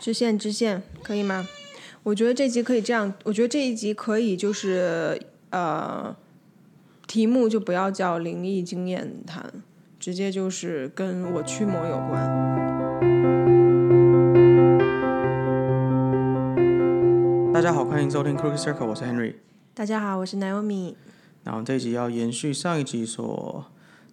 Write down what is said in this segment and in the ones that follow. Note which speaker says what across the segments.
Speaker 1: 知县，知县可以吗？我觉得这集可以这样，我觉得这一集可以就是呃，题目就不要叫灵异经验谈，直接就是跟我驱魔有关。
Speaker 2: 大家好，欢迎收听 Crooked Circle，我是 Henry。
Speaker 1: 大家好，我是 Naomi。
Speaker 2: 那我们这一集要延续上一集所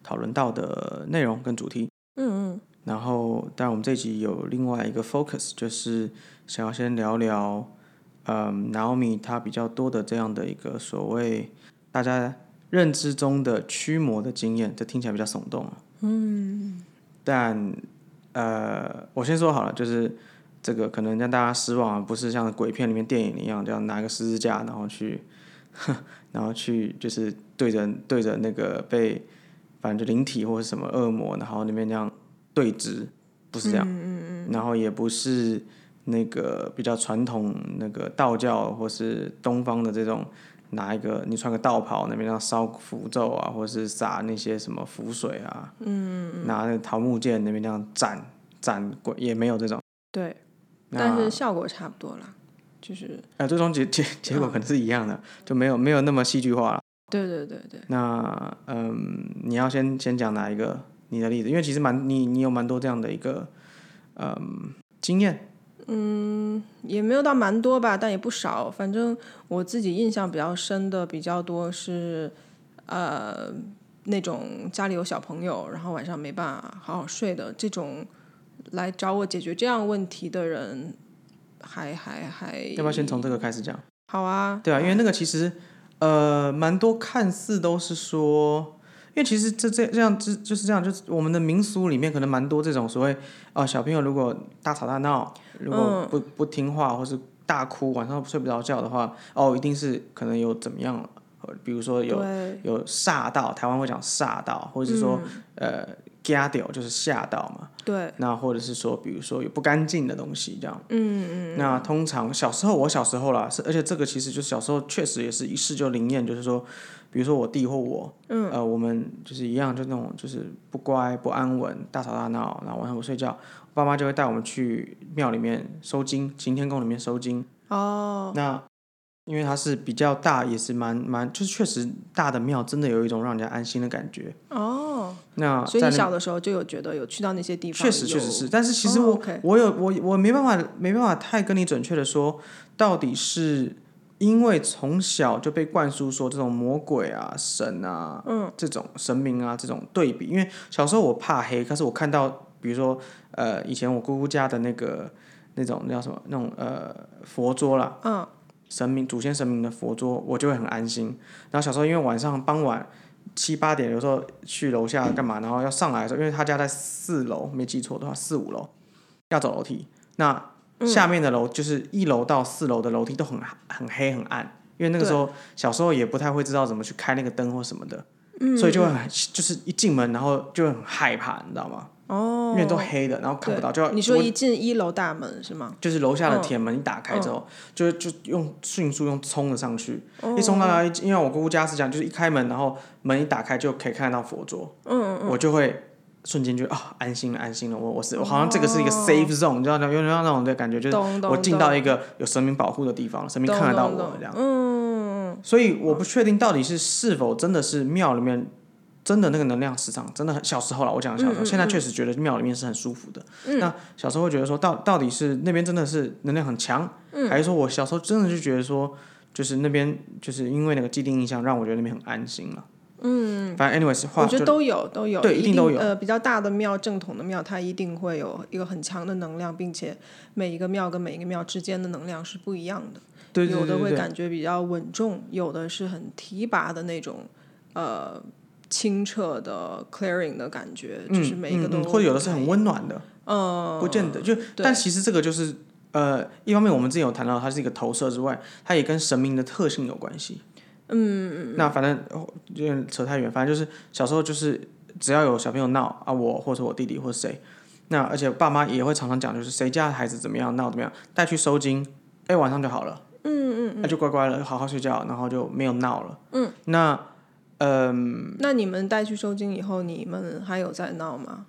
Speaker 2: 讨论到的内容跟主题。
Speaker 1: 嗯嗯，
Speaker 2: 然后，当然我们这一集有另外一个 focus，就是想要先聊聊，嗯，Naomi 她比较多的这样的一个所谓大家认知中的驱魔的经验，这听起来比较耸动啊。嗯。但呃，我先说好了，就是这个可能让大家失望啊，不是像鬼片里面电影一样，这样拿个十字架，然后去， 然后去就是对着对着那个被反正就灵体或者什么恶魔，然后那边那样。对峙，不是这样。然后也不是那个比较传统那个道教或是东方的这种，拿一个你穿个道袍那边要烧符咒啊，或是撒那些什么符水啊，嗯，拿那个桃木剑那边那样斩斩鬼也没有这种。
Speaker 1: 对，
Speaker 2: 那
Speaker 1: 但是效果差不多啦，就是
Speaker 2: 啊，最终结结结果可能是一样的，就没有没有那么戏剧化了。
Speaker 1: 对对对对，
Speaker 2: 那嗯，你要先先讲哪一个你的例子？因为其实蛮你你有蛮多这样的一个嗯经验。
Speaker 1: 也没有到蛮多吧，但也不少。反正我自己印象比较深的比较多是，呃，那种家里有小朋友，然后晚上没办法好好睡的这种，来找我解决这样问题的人，还还还
Speaker 2: 要不要先从这个开始讲？
Speaker 1: 好啊？
Speaker 2: 对啊，因为那个其实呃，蛮多看似都是说，因为其实这这这样就就是这样，就是我们的民俗里面可能蛮多这种所谓啊、呃小朋友如果大吵大闹，如果不不听话或是大哭，晚上睡不着觉的话，哦，一定是可能有怎么样了，呃比如说有
Speaker 1: 对
Speaker 2: 有煞到，台湾会讲煞到，或者是说、呃。吓掉就是吓到嘛，
Speaker 1: 对，
Speaker 2: 那或者是说，比如说有不干净的东西这样，
Speaker 1: 嗯嗯，
Speaker 2: 那通常小时候，我小时候啦，是而且这个其实就是小时候确实也是一试就灵验，就是说，比如说我弟或我，嗯，呃，我们就是一样，就那种就是不乖不安稳，大吵大闹，然后晚上不睡觉，爸妈就会带我们去庙里面收经，行天宫里面收经。
Speaker 1: 哦，
Speaker 2: 那因为它是比较大，也是蛮蛮，就是确实大的庙真的有一种让人家安心的感觉。
Speaker 1: 哦，
Speaker 2: 那
Speaker 1: 所以
Speaker 2: 在
Speaker 1: 你
Speaker 2: 那
Speaker 1: 小的时候就有觉得有去到那些地方有，
Speaker 2: 确实确实是，但是其实
Speaker 1: 哦
Speaker 2: 我、
Speaker 1: ，OK
Speaker 2: 我有我我没办法没办法太跟你准确的说，到底是因为从小就被灌输说这种魔鬼啊、神啊、嗯、这种神明啊这种对比，因为小时候我怕黑，可是我看到比如说呃以前我姑姑家的那个那种那叫什么那种呃佛桌啦，嗯，神明祖先神明的佛桌，我就会很安心。然后小时候因为晚上傍晚。七八点有时候去楼下干嘛，然后要上来的时候，因为他家在四楼，没记错的话四五楼，要走楼梯。那下面的楼、就是一楼到四楼的楼梯都很很黑很暗，因为那个时候小时候也不太会知道怎么去开那个灯或什么的，所以就会很就是一进门然后就会很害怕，你知道吗？
Speaker 1: 哦，
Speaker 2: 因为都黑的，然后看不到，就要
Speaker 1: 你说一进一楼大门是吗？
Speaker 2: 就是楼下的铁门一打开之后，就就用迅速用冲了上去，一冲到来，因为我姑姑家是这样，就是一开门，然后门一打开就可以看得到佛桌，嗯我就会瞬间就啊、安心了，安心了，我我是我好像这个是一个 safe zone，、你知道吗？有点像那种的感觉，就是
Speaker 1: 懂懂
Speaker 2: 我进到一个有神明保护的地方，神明看得到我这样，
Speaker 1: 嗯，
Speaker 2: 所以我不确定到底是是否真的是庙里面。真的那个能量磁场真的很小时候了，我讲小时
Speaker 1: 嗯
Speaker 2: 候，现在确实觉得庙里面是很舒服的。那小时候会觉得说到到底是那边真的是能量很强，
Speaker 1: 嗯
Speaker 2: 还是说我小时候真的就觉得说，就是那边就是因为那个既定印象让我觉得那边很安心了。嗯，反正 anyways 话
Speaker 1: 我觉
Speaker 2: 就
Speaker 1: 得都有，都有，
Speaker 2: 对
Speaker 1: 一
Speaker 2: 一定都有
Speaker 1: 呃，比较大的庙，正统的庙，它一定会有一个很强的能量，并且每一个庙跟每一个庙之间的能量是不一样的。
Speaker 2: 对对对
Speaker 1: 有的
Speaker 2: 对
Speaker 1: 会
Speaker 2: 对，
Speaker 1: 感觉比较稳重，有的是很提拔的那种，呃，清澈的 clearing 的感觉，就是每一个
Speaker 2: 嗯
Speaker 1: 都、
Speaker 2: 嗯，或者有的是很温暖的，嗯，不见得就，但其实这个就是呃，一方面我们之前有谈到它是一个投射之外，它也跟神明的特性有关系。嗯，那反正哦有点扯太远，反正就是小时候就是只要有小朋友闹啊，我或者我弟弟或者谁，那而且爸妈也会常常讲，就是谁家的孩子怎么样闹怎么样，带去收金，哎，晚上就好了，嗯嗯，那就乖乖了，好好睡觉，然后就没有闹了。嗯，那嗯。
Speaker 1: 那你们带去收金以后，你们还有在闹吗？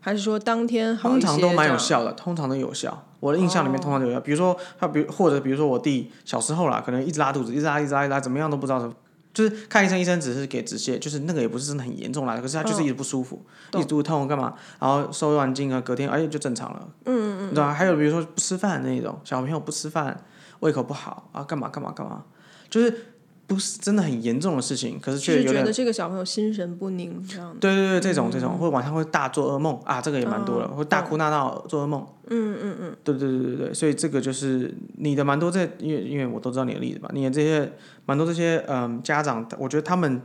Speaker 1: 还是说当天好
Speaker 2: 通
Speaker 1: 一
Speaker 2: 常
Speaker 1: 些
Speaker 2: 都蛮
Speaker 1: 这
Speaker 2: 有
Speaker 1: 样哦
Speaker 2: 效的，通常都有效。我的印象里面通常都有效，比如说他，比如或者比如说我弟小时候啦，可能一直拉肚子，一直拉，一直拉，一直拉，怎么样都不知道怎么，就是看医生，医生只是给止泻，就是那个也不是真的很严重啦，可是他
Speaker 1: 哦
Speaker 2: 就是一直不舒服，一直肚子痛干嘛，然后收完经啊，隔天哎就正常了，嗯嗯嗯，对吧？还有比如说不吃饭那种，小朋友不吃饭，胃口不好啊，干嘛干嘛干嘛，就是不是真的很严重的事情，可是
Speaker 1: 就
Speaker 2: 却
Speaker 1: 是
Speaker 2: 有
Speaker 1: 觉
Speaker 2: 点
Speaker 1: 得这个小朋友心神不宁这样的。
Speaker 2: 对对对，这种这
Speaker 1: 嗯
Speaker 2: 种，或晚上会大做噩梦啊，这个也蛮多的，会大哭大闹做噩梦。嗯嗯嗯，对对对对对，所以这个就是你的蛮多这，因为因为我都知道你的例子嘛，你的这些蛮多这些嗯家长，我觉得他们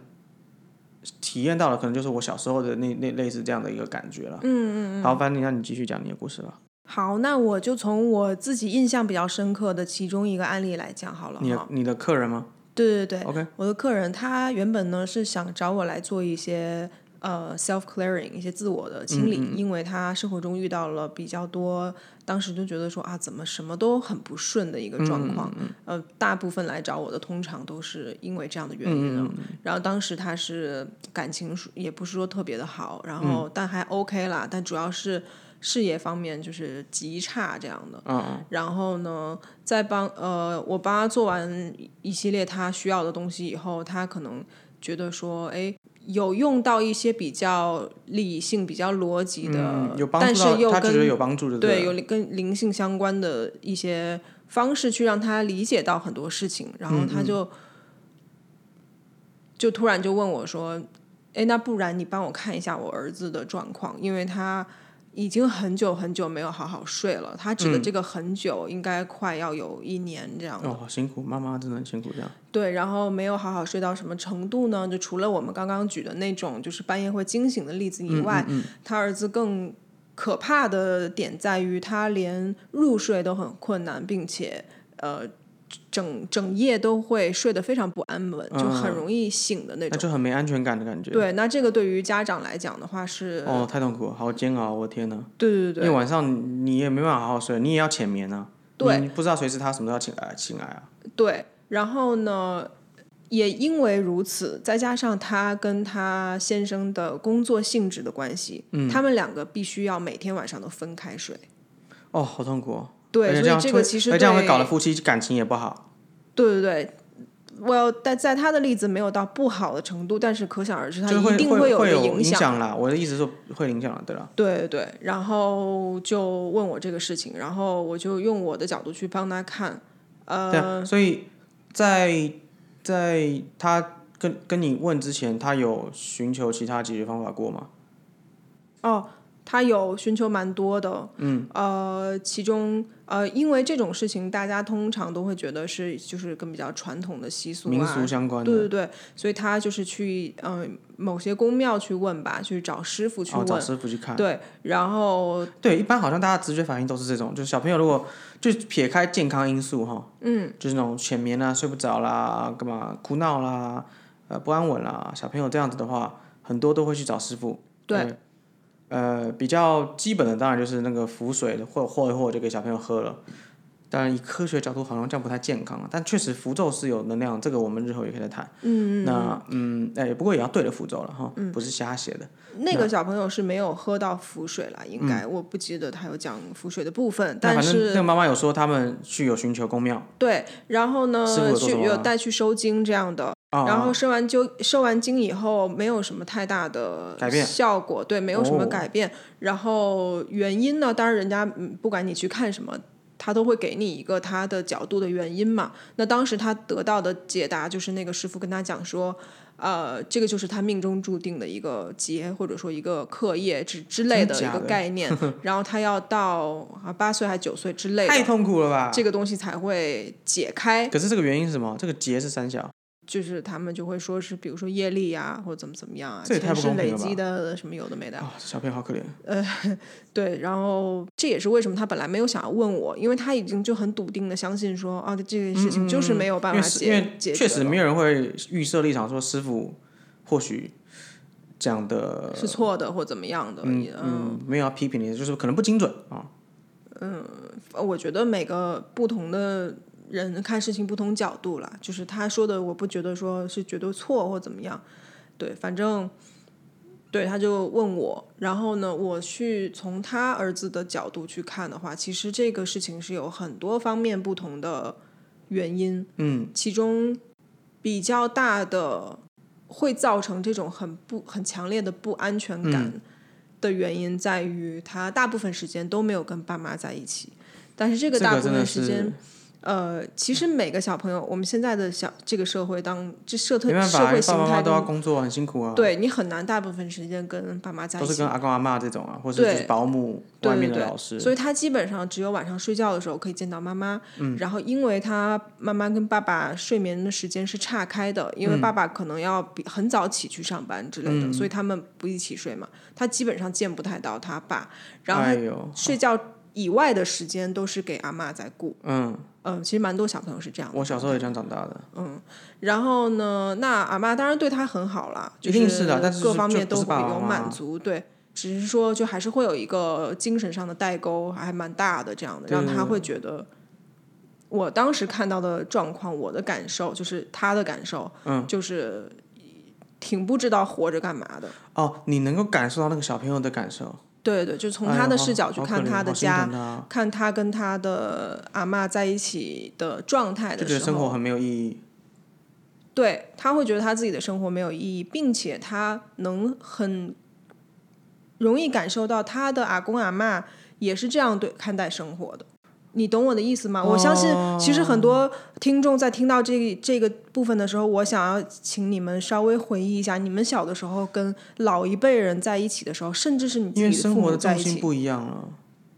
Speaker 2: 体验到了，可能就是我小时候的那那类似这样的一个感觉了。嗯嗯嗯。好，反正你让你继续讲你的故事吧。
Speaker 1: 好，那我就从我自己印象比较深刻的其中一个案例来讲好了
Speaker 2: 你的
Speaker 1: 哈。
Speaker 2: 你的客人吗？
Speaker 1: 对对对
Speaker 2: OK
Speaker 1: 我的客人他原本呢是想找我来做一些呃 self clearing 一些自我的清
Speaker 2: 嗯
Speaker 1: 理，因为他生活中遇到了比较多，当时就觉得说啊怎么什么都很不顺的一个状况，
Speaker 2: 嗯
Speaker 1: 呃大部分来找我的通常都是因为这样的原因
Speaker 2: 嗯
Speaker 1: 啊。然后当时他是感情属也不是说特别的好，然
Speaker 2: 嗯
Speaker 1: 后但还 OK 啦，但主要是事业方面就是极差这样的。
Speaker 2: 嗯
Speaker 1: 然后呢，再帮呃，我帮他做完一系列他需要的东西以后，他可能觉得说，哎，有用到一些比较理性、比较逻辑的，
Speaker 2: 嗯，有帮
Speaker 1: 呃但
Speaker 2: 助
Speaker 1: 是
Speaker 2: 到
Speaker 1: 又
Speaker 2: 他觉得
Speaker 1: 跟
Speaker 2: 有帮助的，
Speaker 1: 对
Speaker 2: 了
Speaker 1: 有跟灵性相关的一些方式去让他理解到很多事情，然后他就、就突然就问我说，哎，那不然你帮我看一下我儿子的状况，因为他。已经很久很久没有好好睡了。他指的这个很久，应该快要有一年这样。
Speaker 2: 哦，好辛苦，妈妈真的很辛苦这样。
Speaker 1: 对，然后没有好好睡到什么程度呢？就除了我们刚刚举的那种，就是半夜会惊醒的例子
Speaker 2: 嗯
Speaker 1: 以外，他儿子更可怕的点在于，他连入睡都很困难，并且呃，整整夜都会睡得非常不安稳，就很
Speaker 2: 嗯
Speaker 1: 容易醒的那
Speaker 2: 那
Speaker 1: 种。
Speaker 2: 就很没安全感的感觉。
Speaker 1: 对，那这个对于家长来讲的话是，
Speaker 2: 哦，太痛苦了，好煎熬，啊我的天哪！
Speaker 1: 对对
Speaker 2: 因为
Speaker 1: 对
Speaker 2: 晚上你也没办法好好睡，你也要浅眠啊。
Speaker 1: 对，
Speaker 2: 你不知道随时他什么时候醒来醒来啊。
Speaker 1: 对，然后呢，也因为如此，再加上她跟她先生的工作性质的关系，
Speaker 2: 嗯
Speaker 1: 他们两个必须要每天晚上都分开睡。
Speaker 2: 哦，好痛苦哦。而
Speaker 1: 对，
Speaker 2: 且
Speaker 1: 所以
Speaker 2: 样
Speaker 1: 这
Speaker 2: 会
Speaker 1: 个其实
Speaker 2: 而
Speaker 1: 对
Speaker 2: 且这样会搞得夫妻感情也不好。
Speaker 1: 对对对。well，但在她的例子没有到不好的程度，但是可想而知，她
Speaker 2: 就会
Speaker 1: 一定
Speaker 2: 会
Speaker 1: 有一个
Speaker 2: 有
Speaker 1: 影响。
Speaker 2: 响啦。我的意思是说会影响了，对啦。
Speaker 1: 对对对，然后就问我这个事情，然后我就用我的角度去帮她看，呃嗯
Speaker 2: 对啊，所以在在他跟跟你问之前，他有寻求其他解决方法过吗？
Speaker 1: 哦，他有寻求蛮多的，嗯，呃，其中呃，因为这种事情，大家通常都会觉得是就是跟比较传统的习俗啊，
Speaker 2: 民俗相关
Speaker 1: 对
Speaker 2: 的，
Speaker 1: 对对，所以他就是去嗯、呃某些宫庙去问吧，去找师傅去
Speaker 2: 哦，
Speaker 1: 问，
Speaker 2: 找师傅去看。
Speaker 1: 对，然后
Speaker 2: 对，一般好像大家直觉反应都是这种，就是小朋友如果就撇开健康因素哈，嗯，就是那种浅眠啦、睡不着啦、干嘛哭闹啦、呃不安稳啦，小朋友这样子的话，很多都会去找师傅。
Speaker 1: 对
Speaker 2: 呃，比较基本的当然就是那个符水或或一和就给小朋友喝了。当然，以科学角度好像这样不太健康啊，但确实符咒是有能量，这个我们日后也可以再谈。嗯嗯。嗯那嗯，哎、不过也要对着符咒了哈，不是瞎写的。
Speaker 1: 那个小朋友是没有喝到符水啦，应该、我不记得他有讲符水的部分，
Speaker 2: 那
Speaker 1: 但
Speaker 2: 嗯反正
Speaker 1: 是
Speaker 2: 那个妈妈有说他们去有寻求公庙，
Speaker 1: 对，然后呢
Speaker 2: 师傅有做
Speaker 1: 去
Speaker 2: 什么
Speaker 1: 有
Speaker 2: 吗
Speaker 1: 带去收经这样的，
Speaker 2: 啊
Speaker 1: 然后收完灸收完经以后，没有什么太大的
Speaker 2: 改变
Speaker 1: 效果，对，没有什么
Speaker 2: 哦
Speaker 1: 改变。然后原因呢，当然人家嗯不管你去看什么。他都会给你一个他的角度的原因嘛？那当时他得到的解答就是那个师傅跟他讲说，呃，这个就是他命中注定的一个劫，或者说一个课业之之类
Speaker 2: 真
Speaker 1: 的一
Speaker 2: 假
Speaker 1: 个
Speaker 2: 的
Speaker 1: 概 念。然后他要到啊八岁还九岁之类的
Speaker 2: 太，痛苦了吧？
Speaker 1: 这个东西才会解开。
Speaker 2: 可是这个原因是什么？这个结是三小，
Speaker 1: 就是他们就会说是，比如说业力啊，或者怎么怎么样啊，
Speaker 2: 这也太
Speaker 1: 前
Speaker 2: 不
Speaker 1: 世
Speaker 2: 公平
Speaker 1: 累
Speaker 2: 了吧
Speaker 1: 积的什么有的没的啊。
Speaker 2: 哦，这小朋友好可怜。
Speaker 1: 对，然后这也是为什么他本来没有想要问我，因为他已经就很笃定的相信说啊，这件事情就是没有办
Speaker 2: 嗯因为
Speaker 1: 法
Speaker 2: 是
Speaker 1: 解、
Speaker 2: 因为
Speaker 1: 解决
Speaker 2: 确实
Speaker 1: 了
Speaker 2: 没有人会预设立场说师傅或许讲的
Speaker 1: 是错的或怎么样的。
Speaker 2: 嗯
Speaker 1: 也
Speaker 2: 嗯没有要批评你，就是可能不精准啊。
Speaker 1: 嗯，我觉得每个不同的人看事情不同角度啦，就是他说的，我不觉得说是绝对错或怎么样。对，反正对，他就问我，然后呢，我去从他儿子的角度去看的话，其实这个事情是有很多方面不同的原因，
Speaker 2: 嗯，
Speaker 1: 其中比较大的会造成这种很不很强烈的不安全
Speaker 2: 嗯
Speaker 1: 感的原因，在于他大部分时间都没有跟爸妈在一起，但是这个
Speaker 2: 这
Speaker 1: 大
Speaker 2: 个
Speaker 1: 部
Speaker 2: 真
Speaker 1: 分
Speaker 2: 的
Speaker 1: 时间
Speaker 2: 是。
Speaker 1: 呃，其实每个小朋友，我们现在的小这个社会当这社
Speaker 2: 没
Speaker 1: 特
Speaker 2: 办
Speaker 1: 社
Speaker 2: 法，
Speaker 1: 会
Speaker 2: 爸
Speaker 1: 形
Speaker 2: 爸妈
Speaker 1: 态
Speaker 2: 妈都要
Speaker 1: 中，
Speaker 2: 工作，很辛苦啊。，
Speaker 1: 对你很难大部分时间跟爸妈在一
Speaker 2: 都
Speaker 1: 起，
Speaker 2: 是跟阿公阿妈这种啊，或者就是
Speaker 1: 对
Speaker 2: 保姆、
Speaker 1: 对
Speaker 2: 外面的
Speaker 1: 对对
Speaker 2: 老师。
Speaker 1: 所以他基本上只有晚上睡觉的时候可以见到妈妈。
Speaker 2: 嗯
Speaker 1: 然后因为他妈妈跟爸爸睡眠的时间是岔开的，因为
Speaker 2: 嗯
Speaker 1: 爸爸可能要比很早起去上班之类的，所以他们不一起睡嘛。他基本上见不太到他爸，然后
Speaker 2: 哎
Speaker 1: 他
Speaker 2: 呦，
Speaker 1: 睡觉以外的时间都是给阿妈在顾。
Speaker 2: 嗯，
Speaker 1: 嗯、其实蛮多小朋友是这样的。
Speaker 2: 我小时候也这样长大的，
Speaker 1: 然后呢，那阿妈当然对他很好啦，就
Speaker 2: 一定是的但是
Speaker 1: 各
Speaker 2: 是
Speaker 1: 方
Speaker 2: 就
Speaker 1: 面
Speaker 2: 不
Speaker 1: 都
Speaker 2: 是
Speaker 1: 会
Speaker 2: 爸爸
Speaker 1: 有
Speaker 2: 妈妈
Speaker 1: 满足，对，只是说就还是会有一个精神上的代沟，还蛮大的这样的，
Speaker 2: 对
Speaker 1: 让
Speaker 2: 对
Speaker 1: 他
Speaker 2: 对
Speaker 1: 会觉得。我当时看到的状况，我的感受就是他的感受，
Speaker 2: 嗯，
Speaker 1: 就是挺不知道活着干嘛的。
Speaker 2: 哦，你能够感受到那个小朋友的感受，
Speaker 1: 对对，就从
Speaker 2: 哎呦
Speaker 1: 他的
Speaker 2: 好
Speaker 1: 视角去
Speaker 2: 好
Speaker 1: 看
Speaker 2: 可怜
Speaker 1: 他的
Speaker 2: 好心
Speaker 1: 家，
Speaker 2: 疼他啊
Speaker 1: 看他跟他的阿嬷在一起的状态
Speaker 2: 就
Speaker 1: 的
Speaker 2: 觉
Speaker 1: 时候，
Speaker 2: 得生活很没有意义。
Speaker 1: 对他会觉得他自己的生活没有意义，并且他能很容易感受到他的阿公阿嬷也是这样对看待生活的。你懂我的意思吗？我相信，其实很多听众在听到这这个部分的时候，我想要请你们稍微回忆一下，你们小的时候跟老一辈人在一起的时候，甚至是你自
Speaker 2: 因为
Speaker 1: 己的
Speaker 2: 生
Speaker 1: 父
Speaker 2: 活
Speaker 1: 母
Speaker 2: 的
Speaker 1: 在
Speaker 2: 重
Speaker 1: 一
Speaker 2: 心
Speaker 1: 起，
Speaker 2: 不一样了。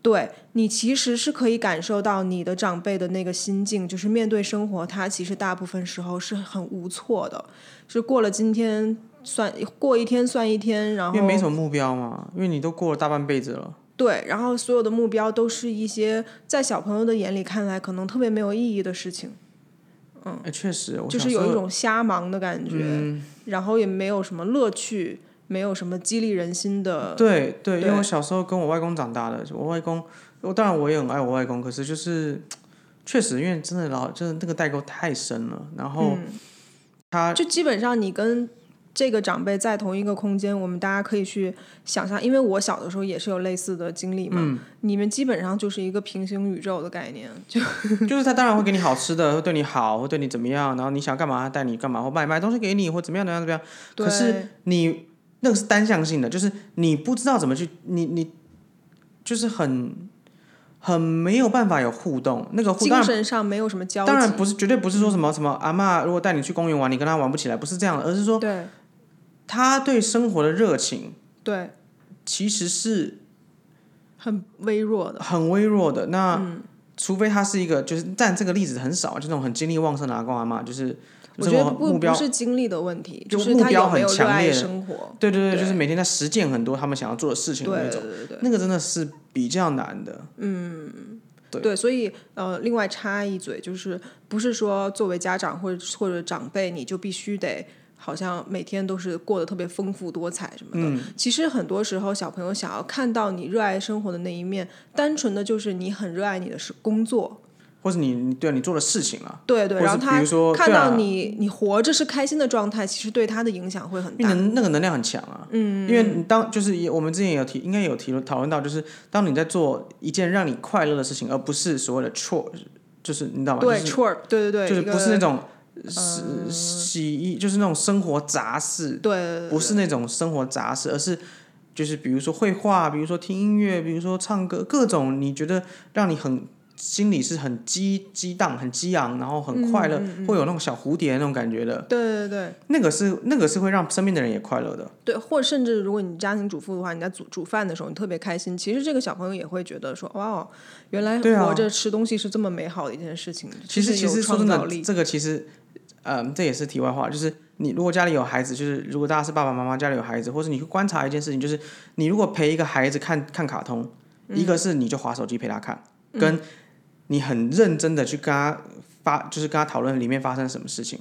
Speaker 1: 对你其实是可以感受到你的长辈的那个心境，就是面对生活，他其实大部分时候是很无措的，是过了今天算过一天算一天，然
Speaker 2: 因为没什
Speaker 1: 后
Speaker 2: 么目标嘛，因为你都过了大半辈子了，
Speaker 1: 对，然后所有的目标都是一些在小朋友的眼里看来可能特别没有意义的事情，
Speaker 2: 哎，确实，我
Speaker 1: 嗯就
Speaker 2: 小
Speaker 1: 是
Speaker 2: 时
Speaker 1: 有一
Speaker 2: 候
Speaker 1: 种瞎忙的感觉，
Speaker 2: 嗯
Speaker 1: 然后也没有什么乐趣，没有什么激励人心的，
Speaker 2: 对对，因为
Speaker 1: 对
Speaker 2: 我小时候跟我外公长大的，我外公，我当然我也很爱我外公，可是就是确实，因为真的老，真的那个代沟太深了，然后
Speaker 1: 嗯
Speaker 2: 他、
Speaker 1: 啊就基本上你跟这个长辈在同一个空间，我们大家可以去想象，因为我小的时候也是有类似的经历嘛。
Speaker 2: 嗯
Speaker 1: 你们基本上就是一个平行宇宙的概念，就
Speaker 2: 就是他当然会给你好吃的，会对你好，会对你怎么样，然后你想干嘛他带你干嘛，或买买东西给你，或怎么样怎么样怎么样。可是
Speaker 1: 对
Speaker 2: 你那个是单向性的，就是你不知道怎么去，你你就是很很没有办法有互动，那个互
Speaker 1: 精
Speaker 2: 动。
Speaker 1: 神上没有什么交集。
Speaker 2: 当然不是，绝对不是说什么什么阿嬷如果带你去公园玩，你跟她玩不起来，不是这样的，而是说
Speaker 1: 对
Speaker 2: 她对生活的热情
Speaker 1: 对，
Speaker 2: 其实是
Speaker 1: 很微弱的。
Speaker 2: 很微弱的。那、
Speaker 1: 嗯
Speaker 2: 除非她是一个，就是但这个例子很少，就那种很精力旺盛的阿公阿嬷，就是
Speaker 1: 我觉得
Speaker 2: 生活
Speaker 1: 不
Speaker 2: 目标
Speaker 1: 不是精力的问题，
Speaker 2: 就是目
Speaker 1: 他
Speaker 2: 标
Speaker 1: 有没有
Speaker 2: 很
Speaker 1: 热
Speaker 2: 强
Speaker 1: 爱
Speaker 2: 烈的
Speaker 1: 生活。
Speaker 2: 对对对，
Speaker 1: 对
Speaker 2: 就是每天在实践很多他们想要做的事情
Speaker 1: 对对
Speaker 2: 的那种，
Speaker 1: 对对
Speaker 2: 那个真的是比较难的。对
Speaker 1: 对，所以呃，另外插一嘴，就是不是说作为家长或者或者长辈，你就必须得好像每天都是过得特别丰富多彩什么的。
Speaker 2: 嗯
Speaker 1: 其实很多时候，小朋友想要看到你热爱生活的那一面，单纯的就是你很热爱你的是工作，
Speaker 2: 或是你你对、你做的事情啊，
Speaker 1: 对对，
Speaker 2: 或
Speaker 1: 然后
Speaker 2: 是比
Speaker 1: 他
Speaker 2: 如说
Speaker 1: 看
Speaker 2: 对啊
Speaker 1: 到你、你活着是开心的状态，其实对他的影响会很
Speaker 2: 因为
Speaker 1: 大。
Speaker 2: 能那个能量很强啊。嗯，因为你当就是也我们之前也有提，应该有提论讨论到，就是当你在做一件让你快乐的事情，而不是所谓的 chore，就是你知道吗？
Speaker 1: 对
Speaker 2: 就是
Speaker 1: ，chore，对对对，
Speaker 2: 就是
Speaker 1: 一
Speaker 2: 不是那
Speaker 1: 个呃
Speaker 2: 种洗洗衣，就是那种生活杂事，
Speaker 1: 对对对
Speaker 2: 不是那种生活杂事，而是就是比如说绘画，比如说听音乐，比如说唱歌，各种你觉得让你很心里是很激激荡、很激昂，然后很快
Speaker 1: 嗯
Speaker 2: 乐，会有那种小蝴蝶那种感觉的，
Speaker 1: 对对对。
Speaker 2: 那个是那个是会让身边的人也快乐的。
Speaker 1: 对，或甚至如果你家庭主妇的话，你在煮煮饭的时候，你特别开心，其实这个小朋友也会觉得说，哇哦，原来
Speaker 2: 对啊
Speaker 1: 活着吃东西是这么美好的一件事情，
Speaker 2: 其实
Speaker 1: 是
Speaker 2: 其
Speaker 1: 有
Speaker 2: 实说
Speaker 1: 创
Speaker 2: 真
Speaker 1: 造
Speaker 2: 的，
Speaker 1: 力，
Speaker 2: 这个其实，嗯，这也是题外话，就是你如果家里有孩子，就是如果大家是爸爸妈妈，家里有孩子，或者你去观察一件事情，就是你如果陪一个孩子看看卡通，一
Speaker 1: 嗯
Speaker 2: 个是你就划手机陪他看，跟你很认真的去跟他发，就是跟他讨论里面发生什么事情，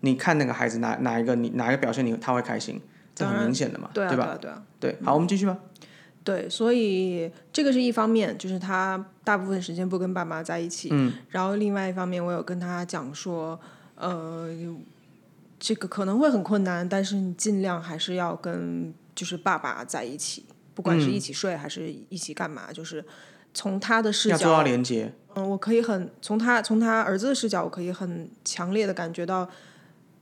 Speaker 2: 你看那个孩子哪哪一个你哪一个表现你他会开心，这
Speaker 1: 当
Speaker 2: 很
Speaker 1: 然
Speaker 2: 明显的嘛，
Speaker 1: 对啊，
Speaker 2: 吧？
Speaker 1: 啊，对啊，
Speaker 2: 对，好，我们继续吧。
Speaker 1: 对，所以这个是一方面，就是他大部分时间不跟爸妈在一起，嗯，然后另外一方面，我有跟他讲说，呃，这个可能会很困难，但是你尽量还是要跟就是爸爸在一起，不管
Speaker 2: 嗯
Speaker 1: 是一起睡还是一起干嘛，就是从他的视
Speaker 2: 要做
Speaker 1: 角
Speaker 2: 到，连接，
Speaker 1: 嗯，我可以很从他从他儿子的视角，我可以很强烈的感觉到，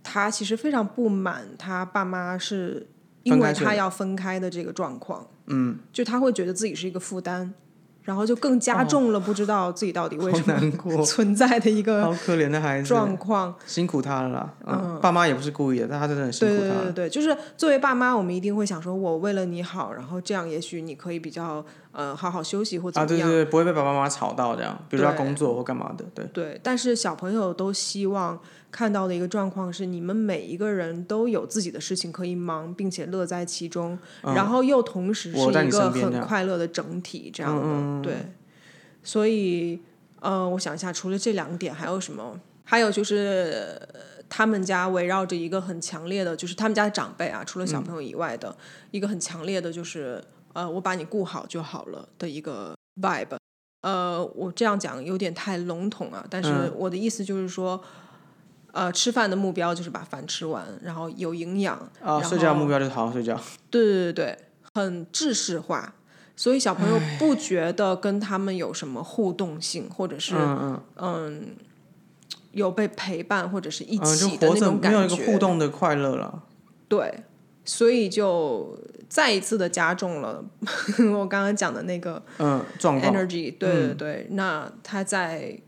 Speaker 1: 他其实非常不满他爸妈是因
Speaker 2: 分
Speaker 1: 为
Speaker 2: 开睡
Speaker 1: 他要分开的这个状况，嗯，就他会觉得自己是一个负担，然后就更加重了不知道自己 到底为
Speaker 2: 哦好
Speaker 1: 什
Speaker 2: 难
Speaker 1: 么
Speaker 2: 过，
Speaker 1: 存在的一个
Speaker 2: 好可怜的孩子，
Speaker 1: 状况。
Speaker 2: 辛苦他了啦。嗯，爸妈也不是故意的，但他真的很辛
Speaker 1: 对
Speaker 2: 苦
Speaker 1: 对
Speaker 2: 他
Speaker 1: 对对
Speaker 2: 了。
Speaker 1: 对，就是作为爸妈，我们一定会想说，我为了你好，然后这样也许你可以比较呃好好休息或怎
Speaker 2: 啊，
Speaker 1: 么
Speaker 2: 对
Speaker 1: 样。
Speaker 2: 对对，不会被爸爸妈妈吵到这样，比如说要
Speaker 1: 对
Speaker 2: 工作或干嘛的，对，
Speaker 1: 对但是小朋友都希望看到的一个状况是，你们每一个人都有自己的事情可以忙，并且乐在其中，然后又同时
Speaker 2: 嗯我在
Speaker 1: 是一
Speaker 2: 你
Speaker 1: 个
Speaker 2: 身边这
Speaker 1: 很
Speaker 2: 样嗯
Speaker 1: 快乐的整体这样的。对，所以呃，我想一下，除了这两点还有什么？还有就是，呃他们家围绕着一个很强烈的，就是他们家的长辈啊，除了小朋友以外
Speaker 2: 嗯
Speaker 1: 的、一个很强烈的，就是呃，我把你顾好就好了的一个 vibe。呃，我这样讲有点太笼统啊，但是
Speaker 2: 嗯
Speaker 1: 我的意思就是说，呃，吃饭的目标就是把饭吃完，然后有营养，然
Speaker 2: 啊，
Speaker 1: 后
Speaker 2: 睡觉目标就是好好睡觉，
Speaker 1: 对对对对，很制式化，所以小朋友不觉得跟他们有什么互动性，或者是
Speaker 2: 嗯嗯
Speaker 1: 有被陪伴或者是一
Speaker 2: 嗯，就
Speaker 1: 起的
Speaker 2: 活
Speaker 1: 那
Speaker 2: 着
Speaker 1: 种
Speaker 2: 没
Speaker 1: 感
Speaker 2: 有一
Speaker 1: 觉，
Speaker 2: 个互动的快乐了。
Speaker 1: 对，所以就再一次的加重了 我刚刚讲的那个
Speaker 2: 嗯，状况嗯
Speaker 1: energy，对对对，那他在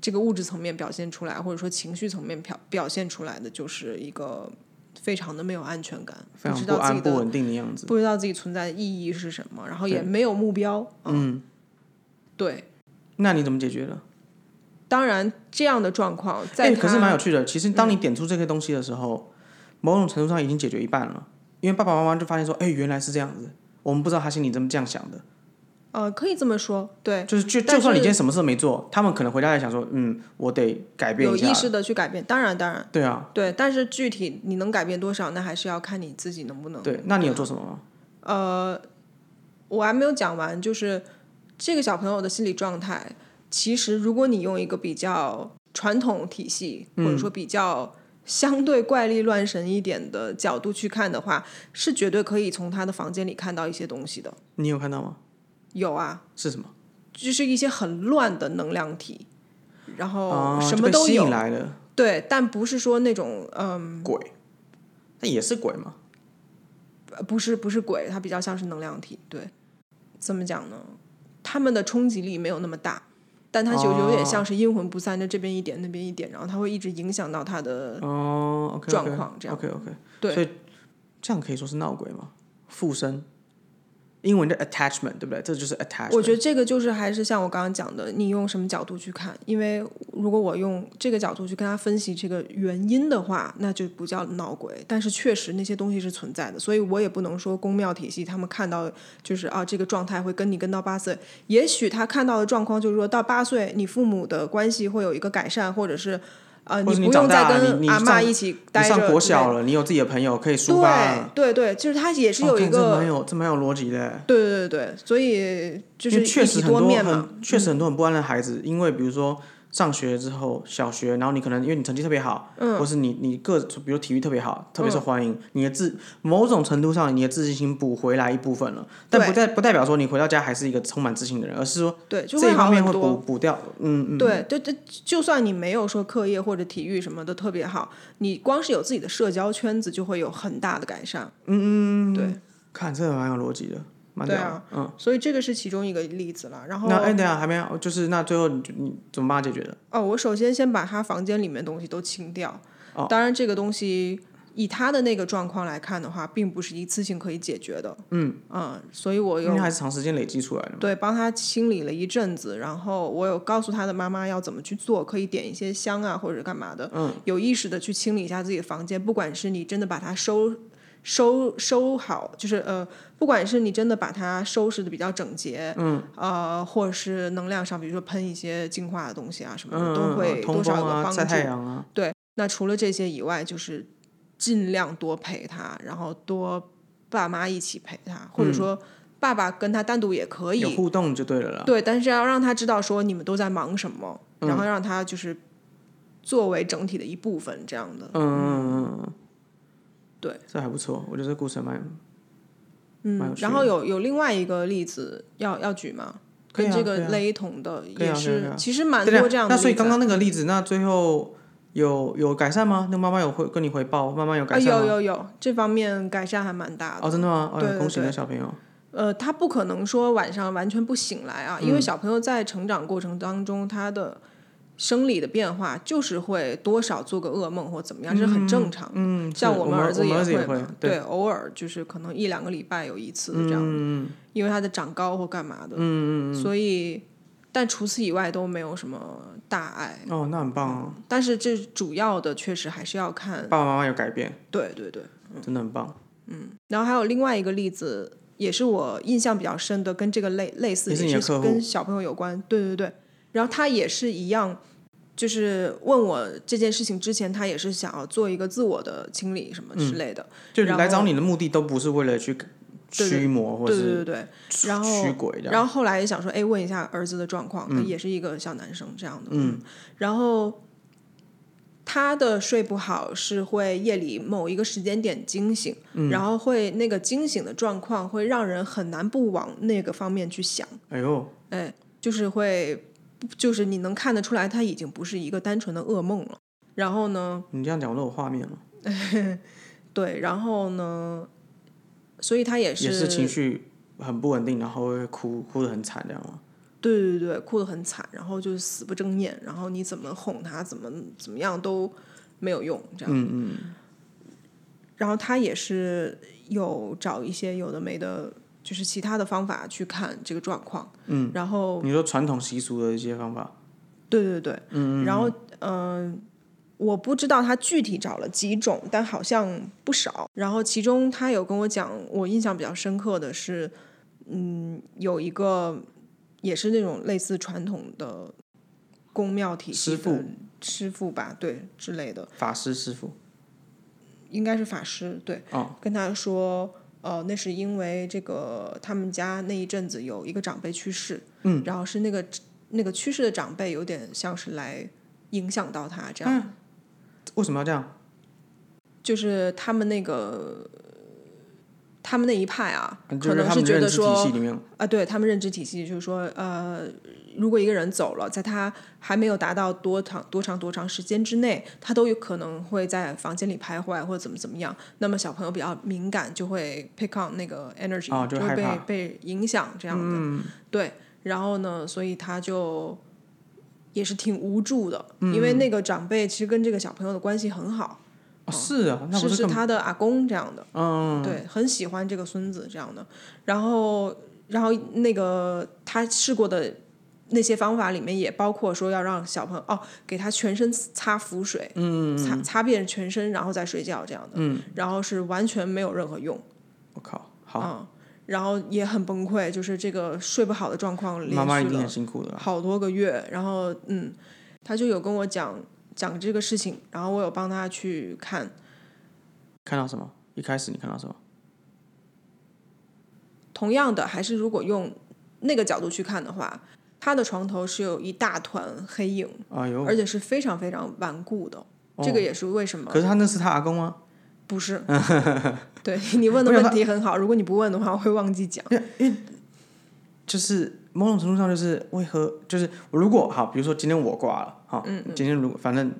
Speaker 1: 这个物质层面表现出来，或者说情绪层面表表现出来的，就是一个非常的没有安全感，
Speaker 2: 非常
Speaker 1: 知
Speaker 2: 不
Speaker 1: 道自己
Speaker 2: 安不
Speaker 1: 的
Speaker 2: 稳定的样子。
Speaker 1: 不知道自己存在的意义是什么，然后也
Speaker 2: 对
Speaker 1: 没有目标，啊
Speaker 2: 嗯，
Speaker 1: 对。
Speaker 2: 那你怎么解决的？
Speaker 1: 当然，这样的状况在
Speaker 2: 哎，
Speaker 1: 他、嗯
Speaker 2: 可是蛮有趣的。其实当你点出这些东西的时候，某种程度上已经解决一半了，因为爸爸妈妈就发现说，哎，原来是这样子。我们不知道他心里这么这样想的，
Speaker 1: 呃，可以这么说，对，
Speaker 2: 就是就
Speaker 1: 但
Speaker 2: 就算你
Speaker 1: 是
Speaker 2: 今天什么事都没做，他们可能回家也想说，嗯，我得改变
Speaker 1: 有
Speaker 2: 一下
Speaker 1: 意。识的去改变。当然，当然，
Speaker 2: 对啊，
Speaker 1: 对，但是具体你能改变多少，那还是要看你自己能不能。
Speaker 2: 对，那你有做什么吗？
Speaker 1: 我还没有讲完，就是这个小朋友的心理状态，其实如果你用一个比较传统体系，或者
Speaker 2: 嗯
Speaker 1: 说比较相对怪力乱神一点的角度去看的话，是绝对可以从他的房间里看到一些东西的。
Speaker 2: 你有看到吗？
Speaker 1: 有啊，
Speaker 2: 是什么？
Speaker 1: 就是一些很乱的能量体，然后
Speaker 2: 啊
Speaker 1: 什
Speaker 2: 就
Speaker 1: 么
Speaker 2: 被
Speaker 1: 都
Speaker 2: 吸
Speaker 1: 有。
Speaker 2: 引来了，
Speaker 1: 对，但不是说那种嗯，
Speaker 2: 鬼，那也是鬼嘛。
Speaker 1: 呃不是不是鬼，它比较像是能量体。对，怎么讲呢？他们的冲击力没有那么大，但它就有点像是阴魂不散，就这边一点那边一点，然后它会一直影响到他的。
Speaker 2: 哦，OK，
Speaker 1: 状况这样
Speaker 2: OK OK，
Speaker 1: 对
Speaker 2: 所以这样可以说是闹鬼吗？附身，英文的 attachment 对不对？这就是 attachment。
Speaker 1: 我觉得
Speaker 2: 得
Speaker 1: 这个就是还是像我刚刚讲的，你用什么角度去看？因为如果我用这个角度去跟他分析这个原因的话，那就不叫闹鬼。但是确实那些东西是存在的，所以我也不能说宫庙体系他们看到就是啊这个状态会跟你跟到八岁，也许他看到的状况就是说到八岁你父母的关系会有一个改善，或者是呃
Speaker 2: 或者你
Speaker 1: 不
Speaker 2: 长
Speaker 1: 用再
Speaker 2: 大了你
Speaker 1: 跟
Speaker 2: 你
Speaker 1: 阿嬷
Speaker 2: 上
Speaker 1: 一起
Speaker 2: 你
Speaker 1: 待着之类
Speaker 2: 上
Speaker 1: 的，
Speaker 2: 国小了，你有自己的朋友可以抒发了
Speaker 1: 对。对对，就是他也是
Speaker 2: 哦
Speaker 1: 有一
Speaker 2: 看这
Speaker 1: 个、
Speaker 2: 蛮有这蛮有逻辑的，
Speaker 1: 对对对对，所以就
Speaker 2: 因
Speaker 1: 是
Speaker 2: 为确
Speaker 1: 一
Speaker 2: 实
Speaker 1: 体
Speaker 2: 很
Speaker 1: 多
Speaker 2: 多
Speaker 1: 面嘛。嗯
Speaker 2: 很确实很多很不安的孩子，因为比如说上学之后，小学，然后你可能因为你成绩特别好，嗯，或是你你个比如体育特别
Speaker 1: 嗯
Speaker 2: 好，特别受欢迎，你的自某种程度上你的自信心补回来一部分了，但不代不代表说你回到家还是一个充满自信的人，而是说
Speaker 1: 对，就
Speaker 2: 这
Speaker 1: 会
Speaker 2: 一方
Speaker 1: 好
Speaker 2: 面
Speaker 1: 很
Speaker 2: 会补
Speaker 1: 多。
Speaker 2: 补掉，嗯嗯，
Speaker 1: 对，对对，就算你没有说课业或者体育什么的特别好，你光是有自己的社交圈子就会有很大的改善。嗯嗯，对
Speaker 2: 看这个蛮有逻辑的，蛮
Speaker 1: 对
Speaker 2: 屌的，
Speaker 1: 啊，
Speaker 2: 嗯。
Speaker 1: 所以这个是其中一个例子了。然后
Speaker 2: 那哎，等一下还没有，就是那最后你你怎么帮他解决的？
Speaker 1: 哦，我首先先把他房间里面的东西都清掉。
Speaker 2: 哦
Speaker 1: 当然，这个东西以他的那个状况来看的话，并不是一次性可以解决的。嗯所以我
Speaker 2: 因
Speaker 1: 有
Speaker 2: 为还是长时间累积出来的嘛。
Speaker 1: 对，帮他清理了一阵子，然后我有告诉他的妈妈要怎么去做，可以点一些香啊或者干嘛的，嗯，有意识的去清理一下自己的房间，不管是你真的把它收收收好，就是呃，不管是你真的把它收拾的比较整洁，嗯，呃，或者是能量上，比如说喷一些净化的东西啊什么的，
Speaker 2: 嗯，
Speaker 1: 都
Speaker 2: 嗯
Speaker 1: 会
Speaker 2: 嗯通
Speaker 1: 多少有
Speaker 2: 风
Speaker 1: 个
Speaker 2: 啊，
Speaker 1: 帮助。
Speaker 2: 晒太阳啊，
Speaker 1: 对，那除了这些以外，就是尽量多陪他，然后多爸妈一起陪他，或
Speaker 2: 嗯
Speaker 1: 者说爸爸跟他单独也可以，
Speaker 2: 有互动就对了啦。
Speaker 1: 对，但是要让他知道说你们都在忙什么，然
Speaker 2: 嗯
Speaker 1: 后让他就是作为整体的一部分这样的。
Speaker 2: 嗯嗯嗯嗯，嗯
Speaker 1: 对，
Speaker 2: 这还不错，我觉得这故事还蛮蛮有
Speaker 1: 嗯，
Speaker 2: 趣
Speaker 1: 然后有有另外一个例子要要举吗？
Speaker 2: 可以
Speaker 1: 跟
Speaker 2: 啊
Speaker 1: 这
Speaker 2: 可以
Speaker 1: 个
Speaker 2: 啊
Speaker 1: 类同的
Speaker 2: 可以
Speaker 1: 也
Speaker 2: 啊可以啊可以
Speaker 1: 是
Speaker 2: 啊，
Speaker 1: 其实蛮
Speaker 2: 对啊
Speaker 1: 多这样的例子啊。
Speaker 2: 那所以刚刚那个例子，那最后有有改善吗？那妈妈有会跟你回报，妈妈有
Speaker 1: 啊
Speaker 2: 改善吗？
Speaker 1: 有有有这方面改善还蛮大的。
Speaker 2: 哦，真的吗？哦，
Speaker 1: 对对
Speaker 2: 恭喜
Speaker 1: 对
Speaker 2: 那小朋友。
Speaker 1: 呃，他不可能说晚上完全不醒来啊，
Speaker 2: 嗯
Speaker 1: 因为小朋友在成长过程当中，他的生理的变化就是会多少做个噩梦或怎么样，这是很正常的。
Speaker 2: 嗯，
Speaker 1: 像
Speaker 2: 是我
Speaker 1: 们儿子
Speaker 2: 我们儿子也
Speaker 1: 会嘛，
Speaker 2: 对，
Speaker 1: 偶尔就是可能一两个礼拜有一次这样子，
Speaker 2: 嗯
Speaker 1: 因为他在长高或干嘛的，嗯嗯所以，但除此以外都没有什么大碍。
Speaker 2: 哦，那很棒哦，
Speaker 1: 但是这主要的确实还是要看，
Speaker 2: 爸爸妈妈有改变，
Speaker 1: 对对对。
Speaker 2: 真的很棒，
Speaker 1: 然后还有另外一个例子，也是我印象比较深的，跟这个类类似，
Speaker 2: 也是你的
Speaker 1: 也
Speaker 2: 客
Speaker 1: 是
Speaker 2: 户
Speaker 1: 跟小朋友有关。对对对，然后他也是一样，就是问我这件事情之前，他也是想要做一个自我的清理
Speaker 2: 嗯
Speaker 1: 什么之类的。
Speaker 2: 就是
Speaker 1: 然
Speaker 2: 来
Speaker 1: 后
Speaker 2: 找你的目的都不是为了去驱魔或者
Speaker 1: 对对对
Speaker 2: 是
Speaker 1: 对，
Speaker 2: 驱
Speaker 1: 然后
Speaker 2: 驱鬼这
Speaker 1: 然
Speaker 2: 样，嗯
Speaker 1: 后后来也想说，哎，问一下儿子的状况，他也是一个小男生这样的，嗯，然后他的睡不好是会夜里某一个时间点惊醒，
Speaker 2: 嗯
Speaker 1: 然后会那个惊醒的状况会让人很难不往那个方面去想，
Speaker 2: 哎呦，
Speaker 1: 哎，就是会，就是你能看得出来，他已经不是一个单纯的噩梦了。然后呢，
Speaker 2: 你这样讲我都有画面哦了，
Speaker 1: 对，然后呢，所以他也是
Speaker 2: 也是情绪很不稳定，然后会哭哭得很惨这样啊吗？
Speaker 1: 对对对，哭得很惨，然后就是死不睁眼，然后你怎么哄他，怎么怎么样都没有用，这样。嗯嗯。然后他也是有找一些有的没的，就是其他的方法去看这个状况。嗯。然后，
Speaker 2: 你说传统习俗的一些方法，
Speaker 1: 对对对，嗯然后嗯、呃我不知道他具体找了几种，但好像不少。然后其中他有跟我讲，我印象比较深刻的是，嗯，有一个也是那种类似传统的宫庙体系
Speaker 2: 师
Speaker 1: 的
Speaker 2: 傅
Speaker 1: 师傅吧，对之类的，
Speaker 2: 法师师傅，
Speaker 1: 应该是法师，对，
Speaker 2: 哦
Speaker 1: 跟他说。呃，那是因为这个他们家那一阵子有一个长辈去世，嗯，然后是那个那个去世的长辈有点像是来影响到他这样，
Speaker 2: 嗯为什么要这样？
Speaker 1: 就是他们那个他们那一派啊，
Speaker 2: 就
Speaker 1: 可
Speaker 2: 是
Speaker 1: 能
Speaker 2: 他
Speaker 1: 是
Speaker 2: 们的
Speaker 1: 觉
Speaker 2: 认
Speaker 1: 得
Speaker 2: 知体
Speaker 1: 说
Speaker 2: 系里面，哦
Speaker 1: 啊，对他们认知体系就是说，呃，如果一个人走了，在他还没有达到多长多长多长时间之内，他都有可能会在房间里徘徊或者怎么怎么样。那么小朋友比较敏感，就会 pick on 那个 energy，、
Speaker 2: 哦就
Speaker 1: 就会
Speaker 2: 害
Speaker 1: 被
Speaker 2: 怕嗯
Speaker 1: 被影响这样的。对，然后呢，所以他就也是挺无助的，
Speaker 2: 嗯
Speaker 1: 因为那个长辈其实跟这个小朋友的关系很好，
Speaker 2: 哦，是啊，那
Speaker 1: 是
Speaker 2: 不
Speaker 1: 是
Speaker 2: 更
Speaker 1: 他的阿公这样的。
Speaker 2: 嗯，
Speaker 1: 对，很喜欢这个孙子这样的。然后，然后那个他试过的那些方法里面也包括说要让小朋友哦，给他全身擦浮水，嗯，擦擦遍全身，然后再睡觉这样的，嗯，然后是完全没有任何用，
Speaker 2: 我靠，好，
Speaker 1: 嗯，然后也很崩溃，就是这个睡不好的状况连续
Speaker 2: 妈
Speaker 1: 了
Speaker 2: 妈一定很辛苦的啦，
Speaker 1: 好多个月，然后嗯，他就有跟我讲讲这个事情，然后我有帮他去看，
Speaker 2: 看到什么？一开始你看到什么？
Speaker 1: 同样的，还是如果用那个角度去看的话，他的床头是有一大团黑影，
Speaker 2: 哎呦，哦
Speaker 1: 而且是非常非常顽固的。这个也是为什么？
Speaker 2: 可是他那是他阿公吗？
Speaker 1: 不 是，对你问的问题很好。如果你不问的话，我会忘记讲。
Speaker 2: 就是某种程度上就是为何就是如果好，比如说今天我挂了哈，今天如果反正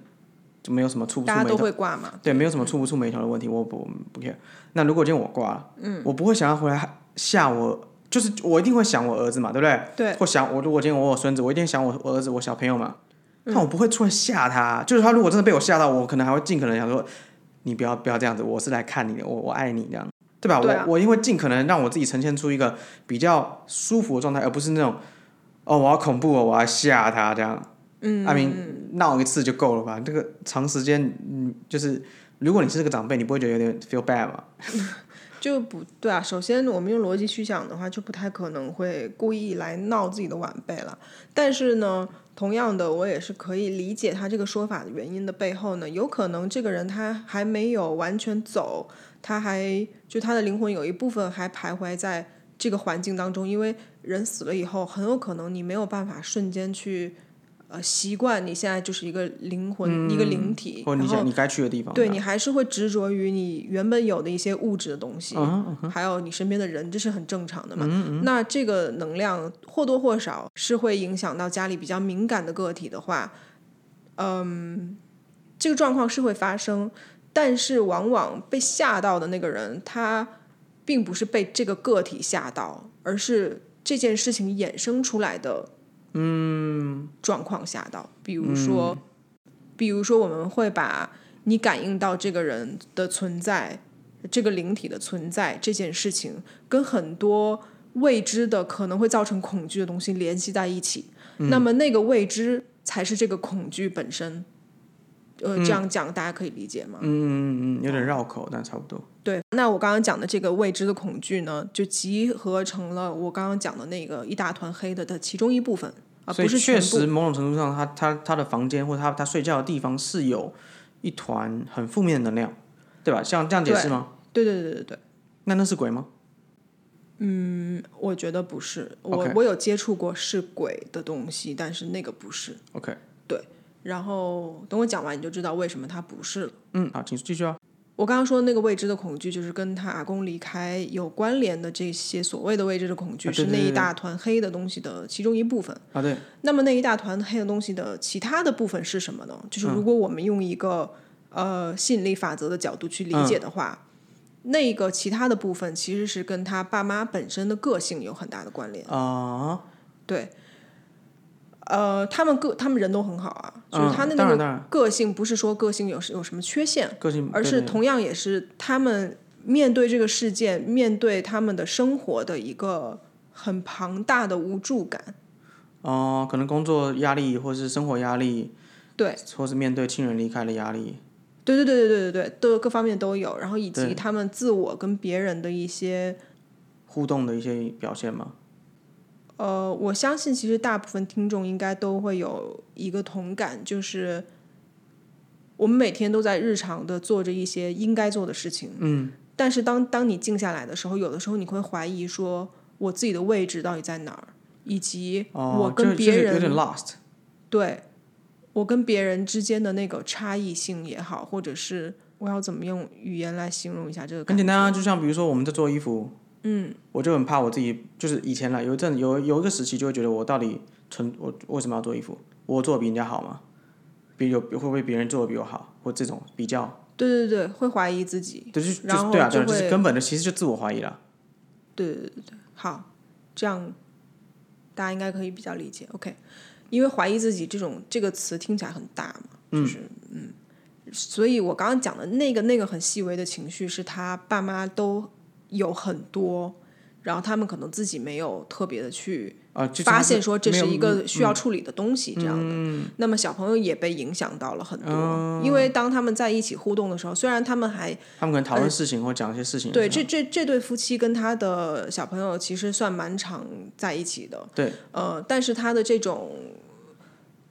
Speaker 2: 就没有什么触不触
Speaker 1: 嗯大家
Speaker 2: 眉
Speaker 1: 都
Speaker 2: 头，
Speaker 1: 会嗯挂嘛？
Speaker 2: 对，没有什么触不触眉头的问题，我不我不 care。那如果今天我挂了，嗯，我不会想要回来吓我，就是我一定会想我儿子嘛，对不对？
Speaker 1: 对，
Speaker 2: 或想我如果今天我有孙子，我一定想我我儿子我小朋友嘛，
Speaker 1: 嗯
Speaker 2: 但我不会出来吓他，就是他如果真的被我吓到，我可能还会尽可能想说，你不要不要这样子，我是来看你的，我我爱你这样，对吧？
Speaker 1: 对啊
Speaker 2: 我我因为尽可能让我自己呈现出一个比较舒服的状态，而不是那种哦我要恐怖哦我要吓他这样，嗯，阿明闹一次就够了吧？这个长时间嗯就是。如果你是这个长辈，你不会觉得有点 feel bad 吗？
Speaker 1: 就不对啊。首先，我们用逻辑去想的话，就不太可能会故意来闹自己的晚辈了。但是呢，同样的，我也是可以理解他这个说法的原因的背后呢，有可能这个人他还没有完全走，他还就他的灵魂有一部分还徘徊在这个环境当中，因为人死了以后，很有可能你没有办法瞬间去。呃习惯你现在就是一个灵魂、一个灵体，
Speaker 2: 嗯或者你
Speaker 1: 然后
Speaker 2: 想你该去的地方，
Speaker 1: 对你还是会执着于你原本有的一些物质的东西，
Speaker 2: 啊嗯
Speaker 1: 还有你身边的人，这是很正常的嘛。那这个能量或多或少是会影响到家里比较敏感的个体的话，嗯，这个状况是会发生，但是往往被吓到的那个人，他并不是被这个个体吓到，而是这件事情衍生出来的，嗯，状况吓到。比
Speaker 2: 嗯
Speaker 1: 如说，比如说我们会把。你感应到这个人的存在，这个灵体的存在这件事情，跟很多未知的可能会造成恐惧的东西联系在一起。
Speaker 2: 嗯
Speaker 1: 那么那个未知才是这个恐惧本身。呃，这样讲大家可以理解吗？
Speaker 2: 嗯嗯嗯，有点绕口，但差不多。
Speaker 1: 对，那我刚刚讲的这个未知的恐惧呢，就集合成了我刚刚讲的那个一大团黑的的其中一部分啊，
Speaker 2: 所以
Speaker 1: 不是全
Speaker 2: 确
Speaker 1: 部。
Speaker 2: 实某种程度上，他他他的房间或他他睡觉的地方是有一团很负面的能量，对吧？像这样解释吗？
Speaker 1: 对对对对对，
Speaker 2: 那那是鬼吗？
Speaker 1: 嗯我觉得不是。我
Speaker 2: OK
Speaker 1: 我有接触过是鬼的东西，但是那个不是。
Speaker 2: OK，
Speaker 1: 然后等我讲完，你就知道为什么他不是了。
Speaker 2: 嗯，好，请继续啊。
Speaker 1: 我刚刚说的那个未知的恐惧，就是跟他阿公离开有关联的这些所谓的未知的恐惧，
Speaker 2: 啊
Speaker 1: 是
Speaker 2: 对对
Speaker 1: 那
Speaker 2: 对
Speaker 1: 一
Speaker 2: 对
Speaker 1: 大团黑的东西的其中一部分。
Speaker 2: 啊，对，
Speaker 1: 那么那一大团黑的东西的其他的部分是什么呢？就是
Speaker 2: 嗯
Speaker 1: 如果我们用一个、呃吸引力法则的角度去理解
Speaker 2: 嗯
Speaker 1: 的话，那个其他的部分其实是跟他爸妈本身的个性有很大的关联。
Speaker 2: 啊、
Speaker 1: 对，呃，他们个他们人都很好啊，就是
Speaker 2: 嗯
Speaker 1: 他的那
Speaker 2: 当然当
Speaker 1: 个
Speaker 2: 然
Speaker 1: 个性，不是说个性有有什么缺陷，
Speaker 2: 个性，
Speaker 1: 而
Speaker 2: 嗯对
Speaker 1: 是
Speaker 2: 对
Speaker 1: 同样也是他们面对这个事件，面对他们的生活的一个很庞大的无助感。
Speaker 2: 哦、可能工作压力或是生活压力，
Speaker 1: 对，
Speaker 2: 或是面对亲人离开的压力，
Speaker 1: 对对对对对对对，都各方面都有，然后以及
Speaker 2: 对
Speaker 1: 他们自我跟别人的一些。
Speaker 2: 互动的一些表现嘛。
Speaker 1: 呃，我相信其实大部分听众应该都会有一个同感，就是我们每天都在日常的做着一些应该做的事情，嗯，但是当当你静下来的时候，有的时候你会怀疑说我自己的位置到底在哪儿，以及
Speaker 2: 哦、
Speaker 1: 我
Speaker 2: 就
Speaker 1: 跟别
Speaker 2: 就是有
Speaker 1: 人、
Speaker 2: 点 lost。
Speaker 1: 对我跟别人之间的那个差异性也好，或者是我要怎么用语言来形容一下这个
Speaker 2: 很
Speaker 1: 感觉？
Speaker 2: 简单啊，就像比如说我们在做衣服，嗯，我就很怕我自己，就是以前啦，有一阵有有一个时期就会觉得我到底存我我为什么要做衣服？我做的比人家好吗？比有会不会别人做的比我好，或这种比较，
Speaker 1: 对对对，会怀疑自己，
Speaker 2: 对，就是
Speaker 1: 然
Speaker 2: 是
Speaker 1: 后
Speaker 2: 对啊，
Speaker 1: 就
Speaker 2: 对啊，就是
Speaker 1: 会
Speaker 2: 根本的其实就自我怀疑啦。
Speaker 1: 好，这样大家应该可以比较理解。OK，因为怀疑自己这种这个词听起来很大嘛，就是嗯所以我刚刚讲的那个那个很细微的情绪，是他爸妈都有很多，然后他们可能自己没有特别的去
Speaker 2: 啊，就
Speaker 1: 发现说这是一
Speaker 2: 没有嗯
Speaker 1: 个需要处理的东西，这样的。那么小朋友也被影响到了很多，
Speaker 2: 哦
Speaker 1: 因为当他们在一起互动的时候，虽然他们还
Speaker 2: 他们可能讨论事情或讲一些事情的时候，
Speaker 1: 呃对，这这这对夫妻跟他的小朋友其实算蛮常在一起的，
Speaker 2: 对，
Speaker 1: 呃，但是他的这种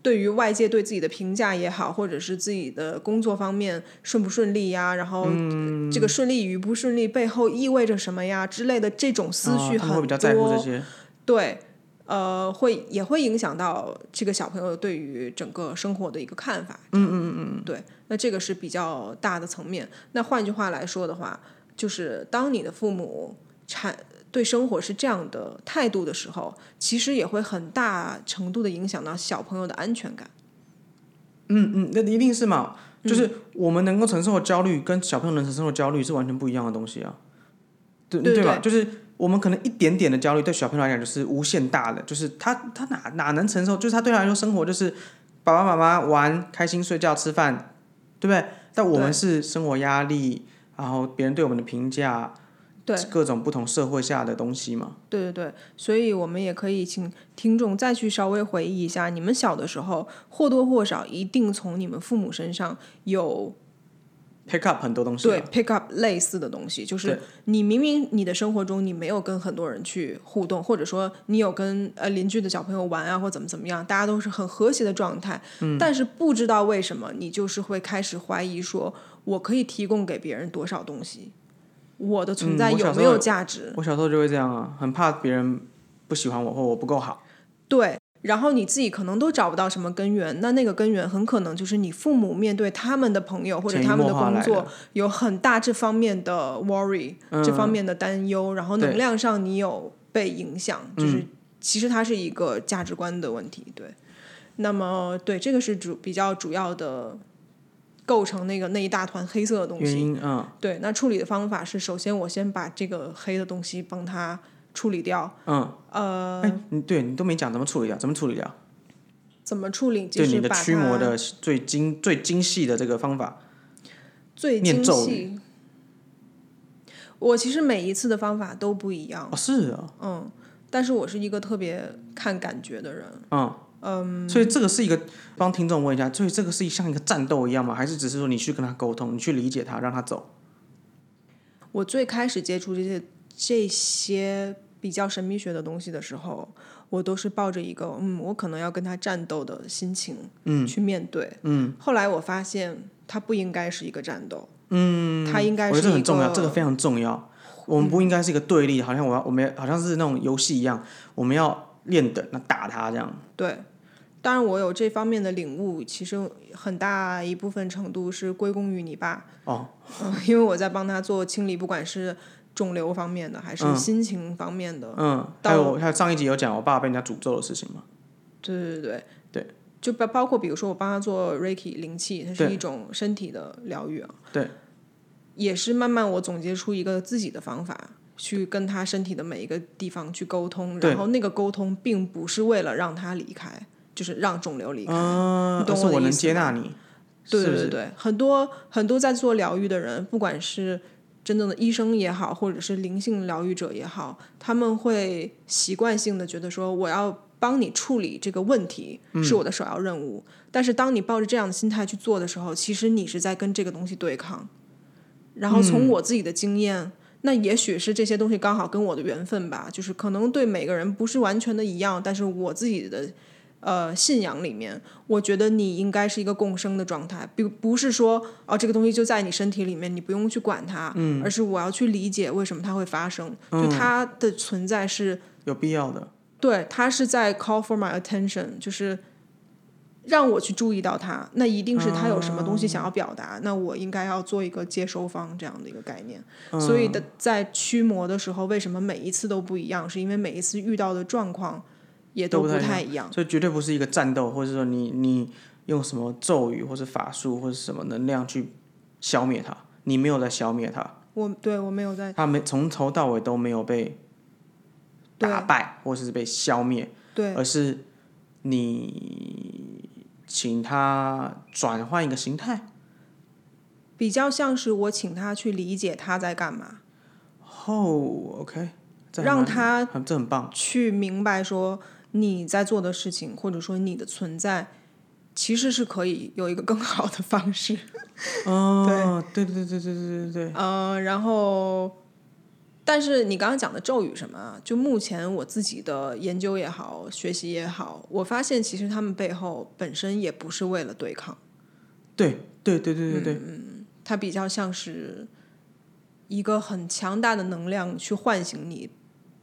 Speaker 1: 对于外界对自己的评价也好，或者是自己的工作方面顺不顺利呀，然后
Speaker 2: 嗯
Speaker 1: 这个顺利与不顺利背后意味着什么呀之类的这种思
Speaker 2: 啊
Speaker 1: 绪
Speaker 2: 他
Speaker 1: 很多，
Speaker 2: 们会比较在乎这些，
Speaker 1: 对，呃，会也会影响到这个小朋友对于整个生活的一个看法。嗯嗯嗯嗯，对，那这个是比较大的层面。那换句话来说的话，就是当你的父母产对生活是这样的态度的时候，其实也会很大程度的影响到小朋友的安全感。
Speaker 2: 嗯嗯，那一定是嘛，
Speaker 1: 嗯
Speaker 2: 就是我们能够承受的焦虑跟小朋友能承受的焦虑是完全不一样的东西啊，对
Speaker 1: 对
Speaker 2: 吧？就是我们可能一点点的焦虑，对小朋友来讲就是无限大的，就是他他哪哪能承受？就是他对他来说，生活就是爸爸妈妈玩、开心、睡觉、吃饭，对不对？但我们
Speaker 1: 对
Speaker 2: 是生活压力，然后别人对我们的评价，
Speaker 1: 对，
Speaker 2: 各种不同社会下的东西嘛。
Speaker 1: 对对对，所以我们也可以请听众再去稍微回忆一下，你们小的时候或多或少一定从你们父母身上有
Speaker 2: pick up 很多东西、啊，
Speaker 1: 对 pick up 类似的东西，就是
Speaker 2: 对
Speaker 1: 你明明你的生活中你没有跟很多人去互动，或者说你有跟呃邻居的小朋友玩啊，或怎么怎么样，大家都是很和谐的状态，
Speaker 2: 嗯
Speaker 1: 但是不知道为什么你就是会开始怀疑说，我可以提供给别人多少东西，我的存
Speaker 2: 嗯
Speaker 1: 在
Speaker 2: 我小
Speaker 1: 有
Speaker 2: 时
Speaker 1: 没
Speaker 2: 候
Speaker 1: 有价值？
Speaker 2: 我小时候就会这样啊，很怕别人不喜欢我或我不够好。
Speaker 1: 对，然后你自己可能都找不到什么根源，那那个根源很可能就是你父母面对他们的朋友或者
Speaker 2: 潜移
Speaker 1: 他们的
Speaker 2: 默化
Speaker 1: 工
Speaker 2: 来
Speaker 1: 作
Speaker 2: 的
Speaker 1: 有很大这方面的 worry，、这方面的担忧，然后能
Speaker 2: 嗯对嗯
Speaker 1: 量上你有被影响，就是其实它是一个价值观的问题，对。那么对，这个是主比较主要的构成那个那一大团黑色的东
Speaker 2: 原
Speaker 1: 西。
Speaker 2: 因嗯，
Speaker 1: 对，那处理的方法是，首先我先把这个黑的东西帮它处理掉。
Speaker 2: 嗯，
Speaker 1: 呃，
Speaker 2: 哎，你对你都没讲怎么处理掉，怎么处理掉？
Speaker 1: 怎么处理？就
Speaker 2: 对你
Speaker 1: 是
Speaker 2: 的
Speaker 1: 把
Speaker 2: 驱魔
Speaker 1: 它
Speaker 2: 的最精最精细的这个方法，
Speaker 1: 最
Speaker 2: 念
Speaker 1: 精
Speaker 2: 咒
Speaker 1: 细。我其实每一次的方法都不一样，
Speaker 2: 哦，是哦，
Speaker 1: 嗯，但是我是一个特别看感觉的人。
Speaker 2: 所以这个是一个帮听众问一下，所以这个是像一个战斗一样吗？还是只是说你去跟他沟通，你去理解他，让他走？
Speaker 1: 我最开始接触这些这些比较神秘学的东西的时候，我都是抱着一个嗯，我可能要跟他战斗的心情，嗯，去面对，嗯。后来我发现它不应该是一个战斗，嗯，它应该
Speaker 2: 我
Speaker 1: 是
Speaker 2: 觉得
Speaker 1: 一
Speaker 2: 这
Speaker 1: 个嗯
Speaker 2: 很重要，这个非常重要。我们不应该是一个对立，好像我要我们好像是那种游戏一样，我们要练等，那打他这样。
Speaker 1: 对，当然我有这方面的领悟，其实很大一部分程度是归功于你爸。
Speaker 2: 哦，
Speaker 1: 嗯，因为我在帮他做清理，不管是肿瘤方面的，还是心情方面的。
Speaker 2: 嗯，
Speaker 1: 到
Speaker 2: 还有还有上一集有讲我爸被人家诅咒的事情嘛？
Speaker 1: 对对对
Speaker 2: 对，
Speaker 1: 就包包括比如说我帮他做 Reiki 灵气，它是
Speaker 2: 对
Speaker 1: 一种身体的疗愈啊。
Speaker 2: 对，
Speaker 1: 也是慢慢我总结出一个自己的方法。去跟他身体的每一个地方去沟通，
Speaker 2: 对
Speaker 1: 然后那个沟通并不是为了让他离开，就是让肿瘤离开。
Speaker 2: 嗯，
Speaker 1: 你
Speaker 2: 而
Speaker 1: 懂
Speaker 2: 是
Speaker 1: 我的
Speaker 2: 我能
Speaker 1: 意思
Speaker 2: 接
Speaker 1: 吗
Speaker 2: 纳你，
Speaker 1: 对
Speaker 2: 是
Speaker 1: 对
Speaker 2: 不
Speaker 1: 对
Speaker 2: 是？
Speaker 1: 对，很多很多在做疗愈的人，不管是真正的医生也好，或者是灵性疗愈者也好，他们会习惯性的觉得说，我要帮你处理这个问题
Speaker 2: 嗯
Speaker 1: 是我的首要任务。但是当你抱着这样的心态去做的时候，其实你是在跟这个东西对抗。然后从我自己的经验。那也许是这些东西刚好跟我的缘分吧，就是可能对每个人不是完全的一样，但是我自己的呃信仰里面，我觉得你应该是一个共生的状态，不不是说哦这个东西就在你身体里面，你不用去管它，嗯、而是我要去理解为什么它会发生，就它的存在是
Speaker 2: 有必要的。
Speaker 1: 对它是在 call for my attention，就是让我去注意到它，那一定是它有什么东西想要表达，那我应该要做一个接收方这样的一个概念。所以的在驱魔的时候，为什么每一次都不一样？是因为每一次遇到的状况也
Speaker 2: 都
Speaker 1: 都
Speaker 2: 不
Speaker 1: 不
Speaker 2: 太一
Speaker 1: 太一样。
Speaker 2: 所以绝对不是一个战斗，或者说你你用什么咒语或者法术或者什么能量去消灭它，你没有在消灭它，
Speaker 1: 我对我没有在
Speaker 2: 它没从头到尾都没有被
Speaker 1: 对
Speaker 2: 打败或者是被消灭，
Speaker 1: 对
Speaker 2: 而是你请它转换一个形态。
Speaker 1: 比较像是我请他去理解他在干嘛，
Speaker 2: 哦，OK，这还
Speaker 1: 让
Speaker 2: 蛮
Speaker 1: 他
Speaker 2: 很这很棒，
Speaker 1: 去明白说你在做的事情，或者说你的存在，其实是可以有一个更好的方式。
Speaker 2: 哦，对对对对对对 对对，
Speaker 1: 呃，然后，但是你刚刚讲的咒语什么啊？就目前我自己的研究也好，学习也好，我发现其实他们背后本身也不是为了对抗，
Speaker 2: 对对对对对对，
Speaker 1: 它比较像是一个很强大的能量去唤醒你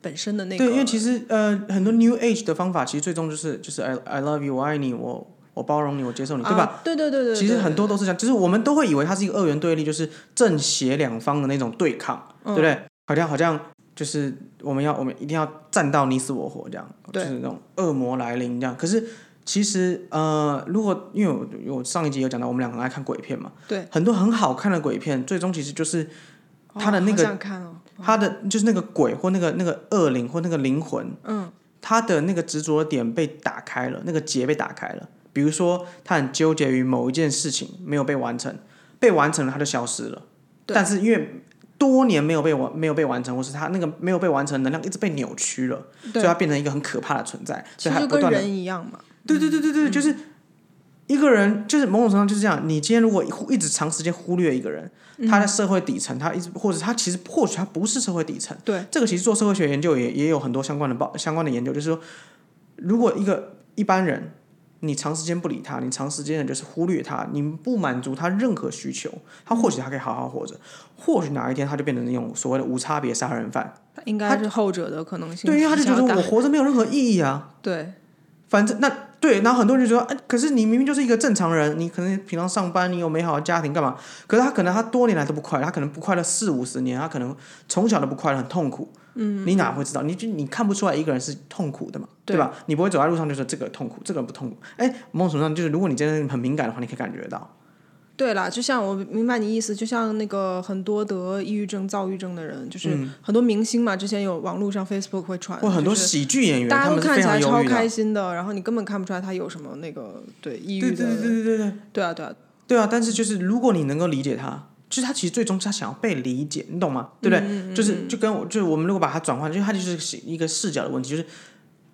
Speaker 1: 本身的那个。
Speaker 2: 对，因为其实呃，很多 New Age 的方法，其实最终就是就是 I I love you，我爱你，我我包容你，我接受你，对吧？
Speaker 1: 啊？对对对对，
Speaker 2: 其实
Speaker 1: 对
Speaker 2: 很多都是这样，就是我们都会以为它是一个二元对立，就是正邪两方的那种对抗，对不
Speaker 1: 嗯
Speaker 2: 对？好像好像就是我们要我们一定要战到你死我活这样，就
Speaker 1: 对
Speaker 2: 是那种恶魔来临这样。可是其实呃，如果因为我我上一集有讲到，我们两个很爱看鬼片嘛，
Speaker 1: 对，
Speaker 2: 很多很好看的鬼片，最终其实就是
Speaker 1: 哦
Speaker 2: 他的那
Speaker 1: 好
Speaker 2: 个
Speaker 1: 想看哦，
Speaker 2: 他的就是那个鬼或那个那个恶灵或那个灵魂，嗯，他的那个执着的点被打开了，那个结被打开了。比如说，他很纠结于某一件事情没有被完成，被完成了他就消失了。
Speaker 1: 对
Speaker 2: 但是因为多年没有被完没有被完成，或是他那个没有被完成的能量一直被扭曲了，所
Speaker 1: 对
Speaker 2: 以它变成一个很可怕的存在。
Speaker 1: 其
Speaker 2: 所以
Speaker 1: 实
Speaker 2: 它
Speaker 1: 就
Speaker 2: 不
Speaker 1: 跟
Speaker 2: 断的
Speaker 1: 人嗯一样嘛。
Speaker 2: 对对对对对，就是一个人，就是某种程度就是这样。你今天如果忽一直长时间忽略一个人，
Speaker 1: 嗯
Speaker 2: 他在社会底层，他一直或者他其实或许他不是社会底层，
Speaker 1: 对
Speaker 2: 这个其实做社会学研究也也有很多相关的报相关的研究，就是说，如果一个一般人，你长时间不理他，你长时间的就是忽略他，你不满足他任何需求，他或许他可以好好活着，或许哪一天他就变成那种所谓的无差别杀人犯，
Speaker 1: 应该是后者的可能性
Speaker 2: 对，
Speaker 1: 比
Speaker 2: 因为
Speaker 1: 较
Speaker 2: 他
Speaker 1: 大。
Speaker 2: 就觉得我活着没有任何意义啊，
Speaker 1: 对
Speaker 2: 反正那对，然后很多人就说，哎、可是你明明就是一个正常人，你可能平常上班，你有美好的家庭，干嘛？可是他可能他多年来都不快乐，他可能不快乐四五十年，他可能从小都不快乐，很痛苦。嗯，你哪会知道？你就你看不出来一个人是痛苦的嘛，对
Speaker 1: 对
Speaker 2: 吧？你不会走在路上就说这个痛苦，这个不痛苦。哎，某种程度上就是，如果你真的很敏感的话，你可以感觉得到。
Speaker 1: 对啦，就像我明白你意思，就像那个很多得抑郁症、躁郁症的人，就是很多明星嘛，之前有网络上 Facebook 会传，
Speaker 2: 嗯或很多
Speaker 1: 啊就是
Speaker 2: 喜剧演员，
Speaker 1: 大
Speaker 2: 他
Speaker 1: 家都
Speaker 2: 们是
Speaker 1: 看
Speaker 2: 非
Speaker 1: 起
Speaker 2: 常
Speaker 1: 来
Speaker 2: 忧
Speaker 1: 超
Speaker 2: 郁的。
Speaker 1: 开心的，然后你根本看不出来他有什么那个对抑
Speaker 2: 对
Speaker 1: 郁的，
Speaker 2: 对对对对对
Speaker 1: 对啊对啊，
Speaker 2: 对啊！但是就是如果你能够理解他，就是他其实最终他想要被理解，你懂吗？对不
Speaker 1: 嗯
Speaker 2: 对？就是就跟我就是我们如果把它转换，就是它就是一个视角的问题，就是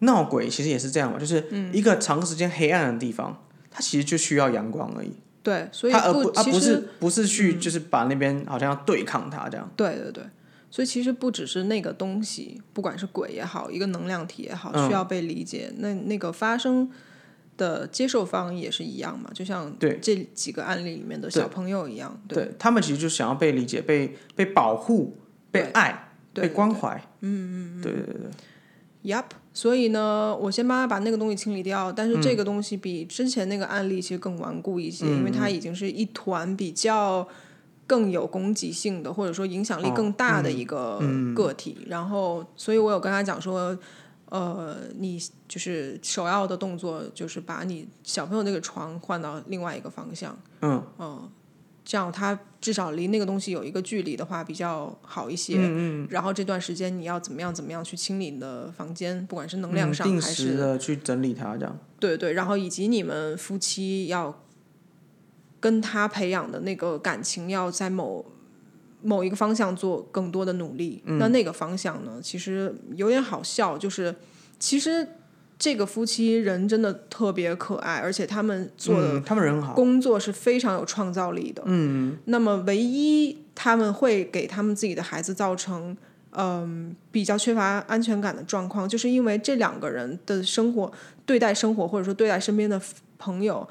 Speaker 2: 闹鬼其实也是这样嘛，就是
Speaker 1: 嗯
Speaker 2: 一个长时间黑暗的地方，它其实就需要阳光而已，
Speaker 1: 对，所以
Speaker 2: 它而
Speaker 1: 不
Speaker 2: 它
Speaker 1: 其
Speaker 2: 呃不
Speaker 1: 实嗯
Speaker 2: 是不是去就是把那边好像要对抗它这样。
Speaker 1: 对对对，所以其实不只是那个东西，不管是鬼也好，一个能量体也好，
Speaker 2: 嗯
Speaker 1: 需要被理解。那那个发生的接受方也是一样嘛，就像
Speaker 2: 对
Speaker 1: 这几个案例里面的小朋友一样，对
Speaker 2: 对他们其实就想要被理解、被被保护、被
Speaker 1: 对
Speaker 2: 爱、
Speaker 1: 对
Speaker 2: 被
Speaker 1: 对
Speaker 2: 关怀。嗯嗯嗯，对对对对。
Speaker 1: Yup，所以呢，我先帮他把那个东西清理掉，但是
Speaker 2: 嗯
Speaker 1: 这个东西比之前那个案例其实更顽固一些，因为它
Speaker 2: 嗯
Speaker 1: 已经是一团比较更有攻击性的，或者说影响力
Speaker 2: 哦
Speaker 1: 更大的一个
Speaker 2: 嗯
Speaker 1: 个体。然后，所以我有跟他讲说，呃，你就是首要的动作就是把你小朋友那个床换到另外一个方向，呃
Speaker 2: 嗯
Speaker 1: 这样他至少离那个东西有一个距离的话比较好一些。嗯嗯。然后这段时间你要怎么样怎么样去清理你的房间，不管是能量
Speaker 2: 嗯
Speaker 1: 上
Speaker 2: 定
Speaker 1: 还
Speaker 2: 时
Speaker 1: 是、
Speaker 2: 的去整理它这样。
Speaker 1: 对对，然后以及你们夫妻要跟他培养的那个感情要在某。某一个方向做更多的努力，那那个方向呢，其实有点好笑，就是其实这个夫妻人真的特别可爱，而且他们做的
Speaker 2: 嗯、他们人很好，
Speaker 1: 工作是非常有创造力的。嗯，那么唯一他们会给他们自己的孩子造成嗯比较缺乏安全感的状况，就是因为这两个人的生活对待生活或者说对待身边的朋友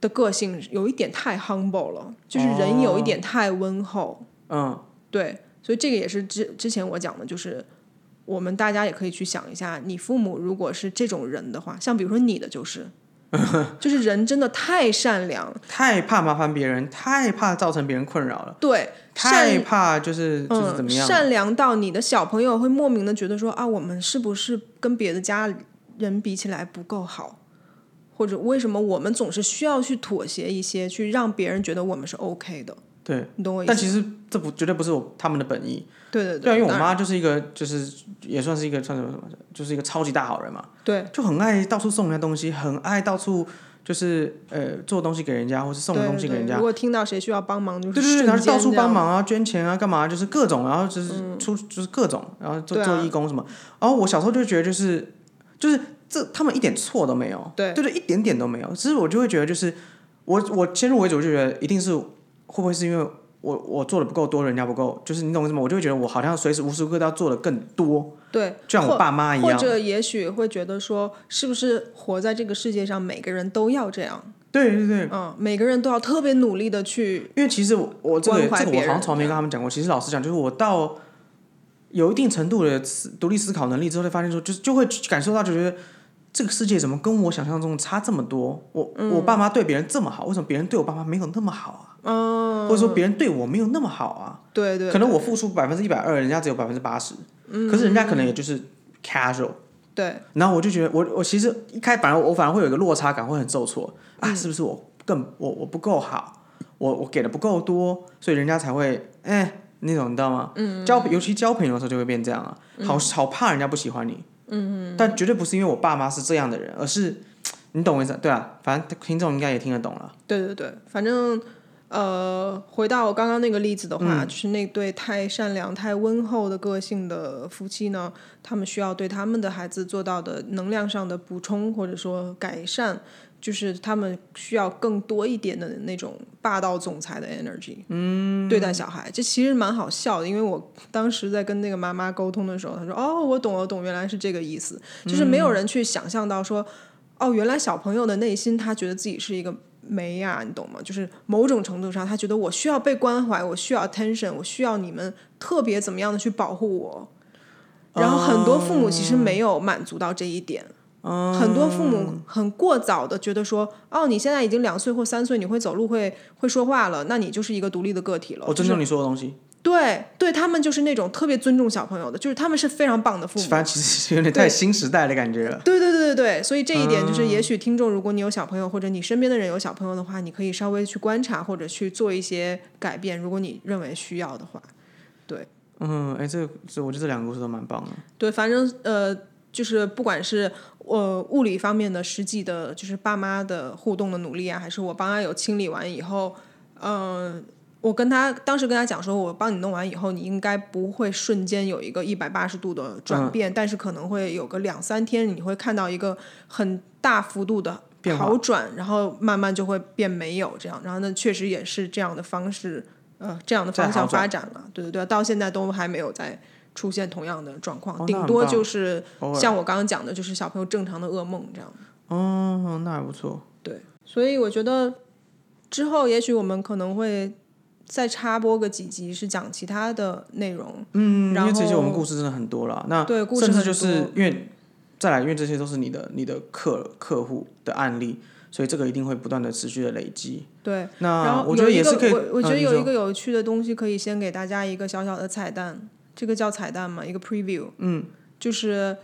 Speaker 1: 的个性有一点太 humble 了，就是人有一点太温厚。
Speaker 2: 嗯，
Speaker 1: 对，所以这个也是之之前我讲的，就是我们大家也可以去想一下，你父母如果是这种人的话，像比如说你的就是，就是人真的太善良，
Speaker 2: 太怕麻烦别人，太怕造成别人困扰了，
Speaker 1: 对，
Speaker 2: 太
Speaker 1: 善。
Speaker 2: 怕就是就是
Speaker 1: 嗯，
Speaker 2: 怎么样，
Speaker 1: 善良到你的小朋友会莫名的觉得说啊，我们是不是跟别的家人比起来不够好，或者为什么我们总是需要去妥协一些，去让别人觉得我们是 OK 的？
Speaker 2: 对。
Speaker 1: 你懂我意思
Speaker 2: 但
Speaker 1: 吗？
Speaker 2: 其实这不绝对不是我他们的本意，
Speaker 1: 对对
Speaker 2: 对啊，因为我
Speaker 1: 当然
Speaker 2: 妈就是一个就是也算是一个算什么什么，就是一个超级大好人嘛，
Speaker 1: 对
Speaker 2: 就很爱到处送人家东西，很爱到处就是呃做东西给人家，或是送
Speaker 1: 对
Speaker 2: 东西
Speaker 1: 对
Speaker 2: 给人家
Speaker 1: 如，果听到谁需要帮忙，就是
Speaker 2: 对对对，然
Speaker 1: 瞬
Speaker 2: 后
Speaker 1: 间
Speaker 2: 到处
Speaker 1: 这样嗯
Speaker 2: 帮忙啊，捐钱啊，干嘛，就是各种，然后就是出、就是各种，然后做、
Speaker 1: 对啊
Speaker 2: 做义工什么。然后我小时候就觉得就是就是这他们一点错都没有，
Speaker 1: 对
Speaker 2: 对对，一点点都没有。其实我就会觉得就是我我先入为主我就觉得一定是会不会是因为我我做的不够多，人家不够，就是你懂我意思吗？我就会觉得我好像随时无时无刻都要做的更多，
Speaker 1: 对，
Speaker 2: 就像我
Speaker 1: 或
Speaker 2: 爸妈一
Speaker 1: 或
Speaker 2: 样。
Speaker 1: 者也许会觉得说，是不是活在这个世界上，每个人都要这样？
Speaker 2: 对对对，
Speaker 1: 嗯，每个人都要特别努力的 去，
Speaker 2: 因为其实我我这个
Speaker 1: 关怀
Speaker 2: 这个我
Speaker 1: 别
Speaker 2: 好
Speaker 1: 人
Speaker 2: 像从来没
Speaker 1: 这
Speaker 2: 跟他们讲过。其实老实讲，就是我到有一定程度的思独立思考能力之后，才发现说，就是就会感受到，就觉得这个世界怎么跟我想象中差这么多？我、我爸妈对别人这么好，为什么别人对我爸妈没有那么好啊？
Speaker 1: 嗯，
Speaker 2: 或者说别人对我没有那么好啊？
Speaker 1: 对对，嗯
Speaker 2: 可能我付出百分之一百二，人家只有百分之八十，可是人家可能也就是 casual。
Speaker 1: 对
Speaker 2: 然后我就觉得我，我其实一开，反而我反而会有一个落差感，会很受挫啊，是不是我更我我不够好，我我给的不够多，所以人家才会哎那种，你知道吗？嗯，交尤其交朋友的时候就会变这样啊，好好怕人家不喜欢你，嗯嗯，但绝对不是因为我爸妈是这样的人，而是你懂我意思？对啊，反正听众应该也听得懂了，
Speaker 1: 对对对，反正呃，回到我刚刚那个例子的话，就是那对太善良、太温厚的个性的夫妻呢，他们需要对他们的孩子做到的能量上的补充或者说改善，就是他们需要更多一点的那种霸道总裁的 energy，嗯，对待小孩，这其实蛮好笑的，因为我当时在跟那个妈妈沟通的时候，她说：“哦，我懂了，我懂，原来是这个意思。”就是没有人去想象到说。哦，原来小朋友的内心，他觉得自己是一个没呀、你懂吗？就是某种程度上，他觉得我需要被关怀，我需要 attention，我需要你们特别怎么样的去保护我。然后很多父母其实没有满足到这一点，很多父母很过早的觉得说，哦，你现在已经两岁或三岁，你会走路会会说话了，那你就是一个独立的个体了。
Speaker 2: 我尊重你哦说的东西，
Speaker 1: 对对，他们就是那种特别尊重小朋友的，就是他们是非常棒的父母。
Speaker 2: 反正其实有点太新时代的感觉了。
Speaker 1: 对对对对对，所以这一点就是，也许听众如果你有小朋友，或者你身边的人有小朋友的话，你可以稍微去观察或者去做一些改变，如果你认为需要的话。
Speaker 2: 嗯，哎，这个这我觉得这两个故事都蛮棒的。
Speaker 1: 对，反正呃，就是不管是呃物理方面的实际的，就是爸妈的互动的努力啊，还是我帮他有清理完以后，嗯、我跟他当时跟他讲说，我帮你弄完以后，你应该不会瞬间有一个一百八十度的
Speaker 2: 嗯
Speaker 1: 转变，但是可能会有个两三天，你会看到一个很大幅度的
Speaker 2: 变化
Speaker 1: 好转，然后慢慢就会变没有这样。然后呢，确实也是这样的方式，呃，这样的
Speaker 2: 在
Speaker 1: 方
Speaker 2: 好
Speaker 1: 向
Speaker 2: 转
Speaker 1: 发展了。对对对，到现在都还没有在出现同样的状况，
Speaker 2: 哦那
Speaker 1: 顶
Speaker 2: 很
Speaker 1: 多
Speaker 2: 棒
Speaker 1: 就是
Speaker 2: 偶尔
Speaker 1: 像我刚刚讲的，就是小朋友正常的噩梦这样。
Speaker 2: 哦，那还不错。
Speaker 1: 对，所以我觉得之后也许我们可能会再插播个几集，是讲其他的内容。
Speaker 2: 嗯，因
Speaker 1: 然
Speaker 2: 为这些我们
Speaker 1: 后
Speaker 2: 故事真的很多啦。那
Speaker 1: 对故事
Speaker 2: 甚至
Speaker 1: 很
Speaker 2: 就是
Speaker 1: 多
Speaker 2: 因为再来，因为这些都是你的你的客客户的案例，所以这个一定会不断的持续的累积。
Speaker 1: 对，然
Speaker 2: 那
Speaker 1: 后
Speaker 2: 啊我觉得
Speaker 1: 有一
Speaker 2: 也
Speaker 1: 个
Speaker 2: 是可以，
Speaker 1: 我我觉
Speaker 2: 嗯
Speaker 1: 得
Speaker 2: 你
Speaker 1: 有一
Speaker 2: 说
Speaker 1: 个有趣的东西可以先给大家一个小小的彩蛋，这个叫彩蛋嘛，一个 preview。嗯，就是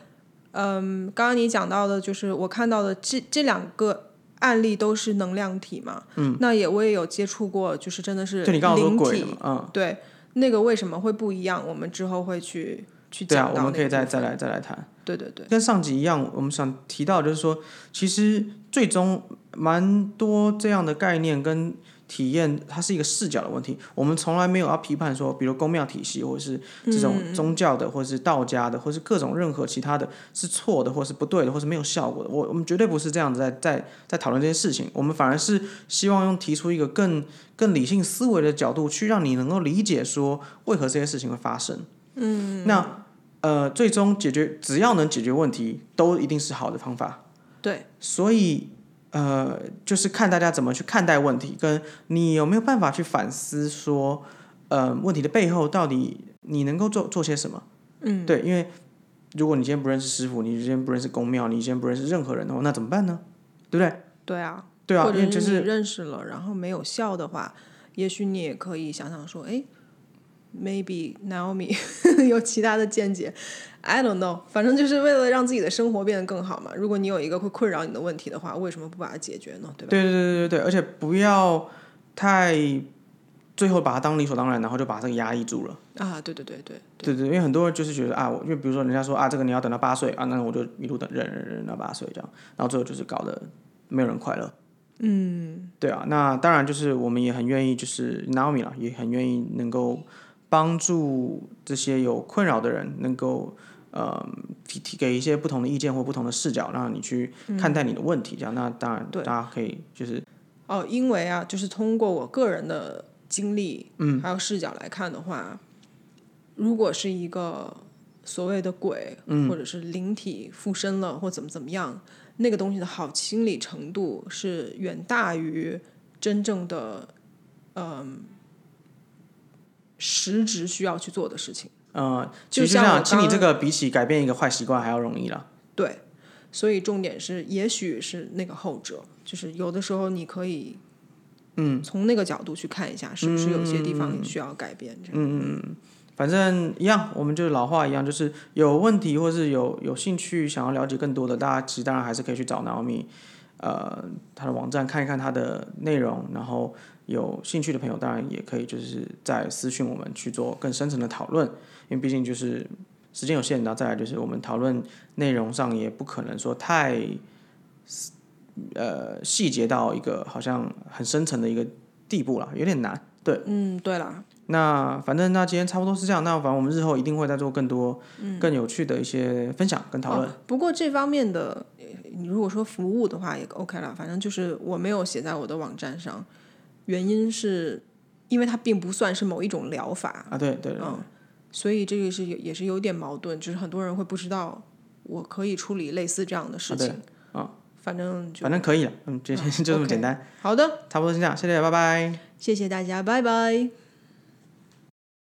Speaker 1: 嗯，刚刚你讲到的，就是我看到的这这两个。案例都是能量体嘛，嗯，那也我也有接触过，就是真的是
Speaker 2: 对你刚刚说
Speaker 1: 灵
Speaker 2: 鬼
Speaker 1: 体
Speaker 2: 的，嘛，嗯，
Speaker 1: 对，那个为什么会不一样？我们之后会去去
Speaker 2: 对啊
Speaker 1: 讲，
Speaker 2: 我
Speaker 1: 到
Speaker 2: 们
Speaker 1: 那
Speaker 2: 可以
Speaker 1: 个
Speaker 2: 再
Speaker 1: 部
Speaker 2: 再
Speaker 1: 分。
Speaker 2: 来再来谈。
Speaker 1: 对对对，
Speaker 2: 跟上集一样，我们想提到就是说，其实最终蛮多这样的概念跟体验，它是一个视角的问题。我们从来没有要批判说，比如公庙体系，或者是这种宗教的，或者是道家的，或是各种任何其他的是错的，或是不对的，或是没有效果的。我我们绝对不是这样子在在在讨论这些事情，我们反而是希望用提出一个更更理性思维的角度，去让你能够理解说为何这些事情会发生。嗯，那呃，最终解决只要能解决问题，都一定是好的方法。
Speaker 1: 对，
Speaker 2: 所以呃，就是看大家怎么去看待问题，跟你有没有办法去反思说，呃，问题的背后到底你能够做做些什么？嗯，对，因为如果你今天不认识师傅，你今天不认识公庙，你今天不认识任何人的话，那怎么办呢？对不对？
Speaker 1: 对啊，
Speaker 2: 对啊
Speaker 1: 或，
Speaker 2: 因
Speaker 1: 者
Speaker 2: 为就是是
Speaker 1: 你认识了，然后没有效的话，也许你也可以想想说，哎，maybe Naomi 有其他的见解，I don't know，反正就是为了让自己的生活变得更好嘛。如果你有一个会困扰你的问题的话，为什么不把它解决呢？对吧？
Speaker 2: 对对对对对，而且不要太最后把它当理所当然，然后就把这个压抑住了。
Speaker 1: 啊，对对对对对
Speaker 2: 对对，因为很多人就是觉得啊，我因为比如说人家说啊，这个你要等到八岁啊，那我就一路等忍忍忍到八岁这样，然后最后就是搞得没有人快乐。嗯，对啊，那当然就是我们也很愿意，就是 Naomi 啦，也很愿意能够帮助这些有困扰的人，能够呃提提给一些不同的意见或不同的视角，让你去看待你的问题。这样，那当然大
Speaker 1: 嗯对
Speaker 2: 家可以就是
Speaker 1: 哦，因为啊，就是通过我个人的经历，嗯，还有视角来看的话，如果是一个所谓的鬼，嗯，或者是灵体附身了，或怎么怎么样，那个东西的好清理程度是远大于真正的，嗯，实质需要去做的事情。
Speaker 2: 呃，
Speaker 1: 就
Speaker 2: 其实就
Speaker 1: 像我
Speaker 2: 像清理
Speaker 1: 刚
Speaker 2: 这个比起改变一个坏习惯还要容易啦。
Speaker 1: 对，所以重点是，也许是那个后者，就是有的时候你可以，嗯，从那个角度去看一下，是不是有些地方需要改变。这样，
Speaker 2: 嗯反正一样，我们就是老话一样，就是有问题或是有有兴趣想要了解更多的，大家其实当然还是可以去找 Naomi，呃，他的网站看一看他的内容，然后有兴趣的朋友当然也可以就是在私讯我们去做更深层的讨论，因为毕竟就是时间有限，然后再来就是我们讨论内容上也不可能说太呃细节到一个好像很深层的一个地步了，有点难，对。
Speaker 1: 嗯，对啦，
Speaker 2: 那反正那今天差不多是这样，那反正我们日后一定会再做更多、更有趣的一些分享跟嗯讨论。
Speaker 1: 嗯哦不过这方面的，呃你如果说服务的话也 OK 啦，反正就是我没有写在我的网站上，原因是因为它并不算是某一种疗法，
Speaker 2: 啊，对对对，
Speaker 1: 嗯，所以这个是有也是有点矛盾，就是很多人会不知道我可以处理类似这样的事
Speaker 2: 啊对
Speaker 1: 情。
Speaker 2: 嗯
Speaker 1: 反正就
Speaker 2: 反正可以了，嗯，今天 就这么
Speaker 1: OK
Speaker 2: 简单，
Speaker 1: 好的，
Speaker 2: 差不多是这样，谢谢，拜拜。
Speaker 1: 谢谢大家，拜拜。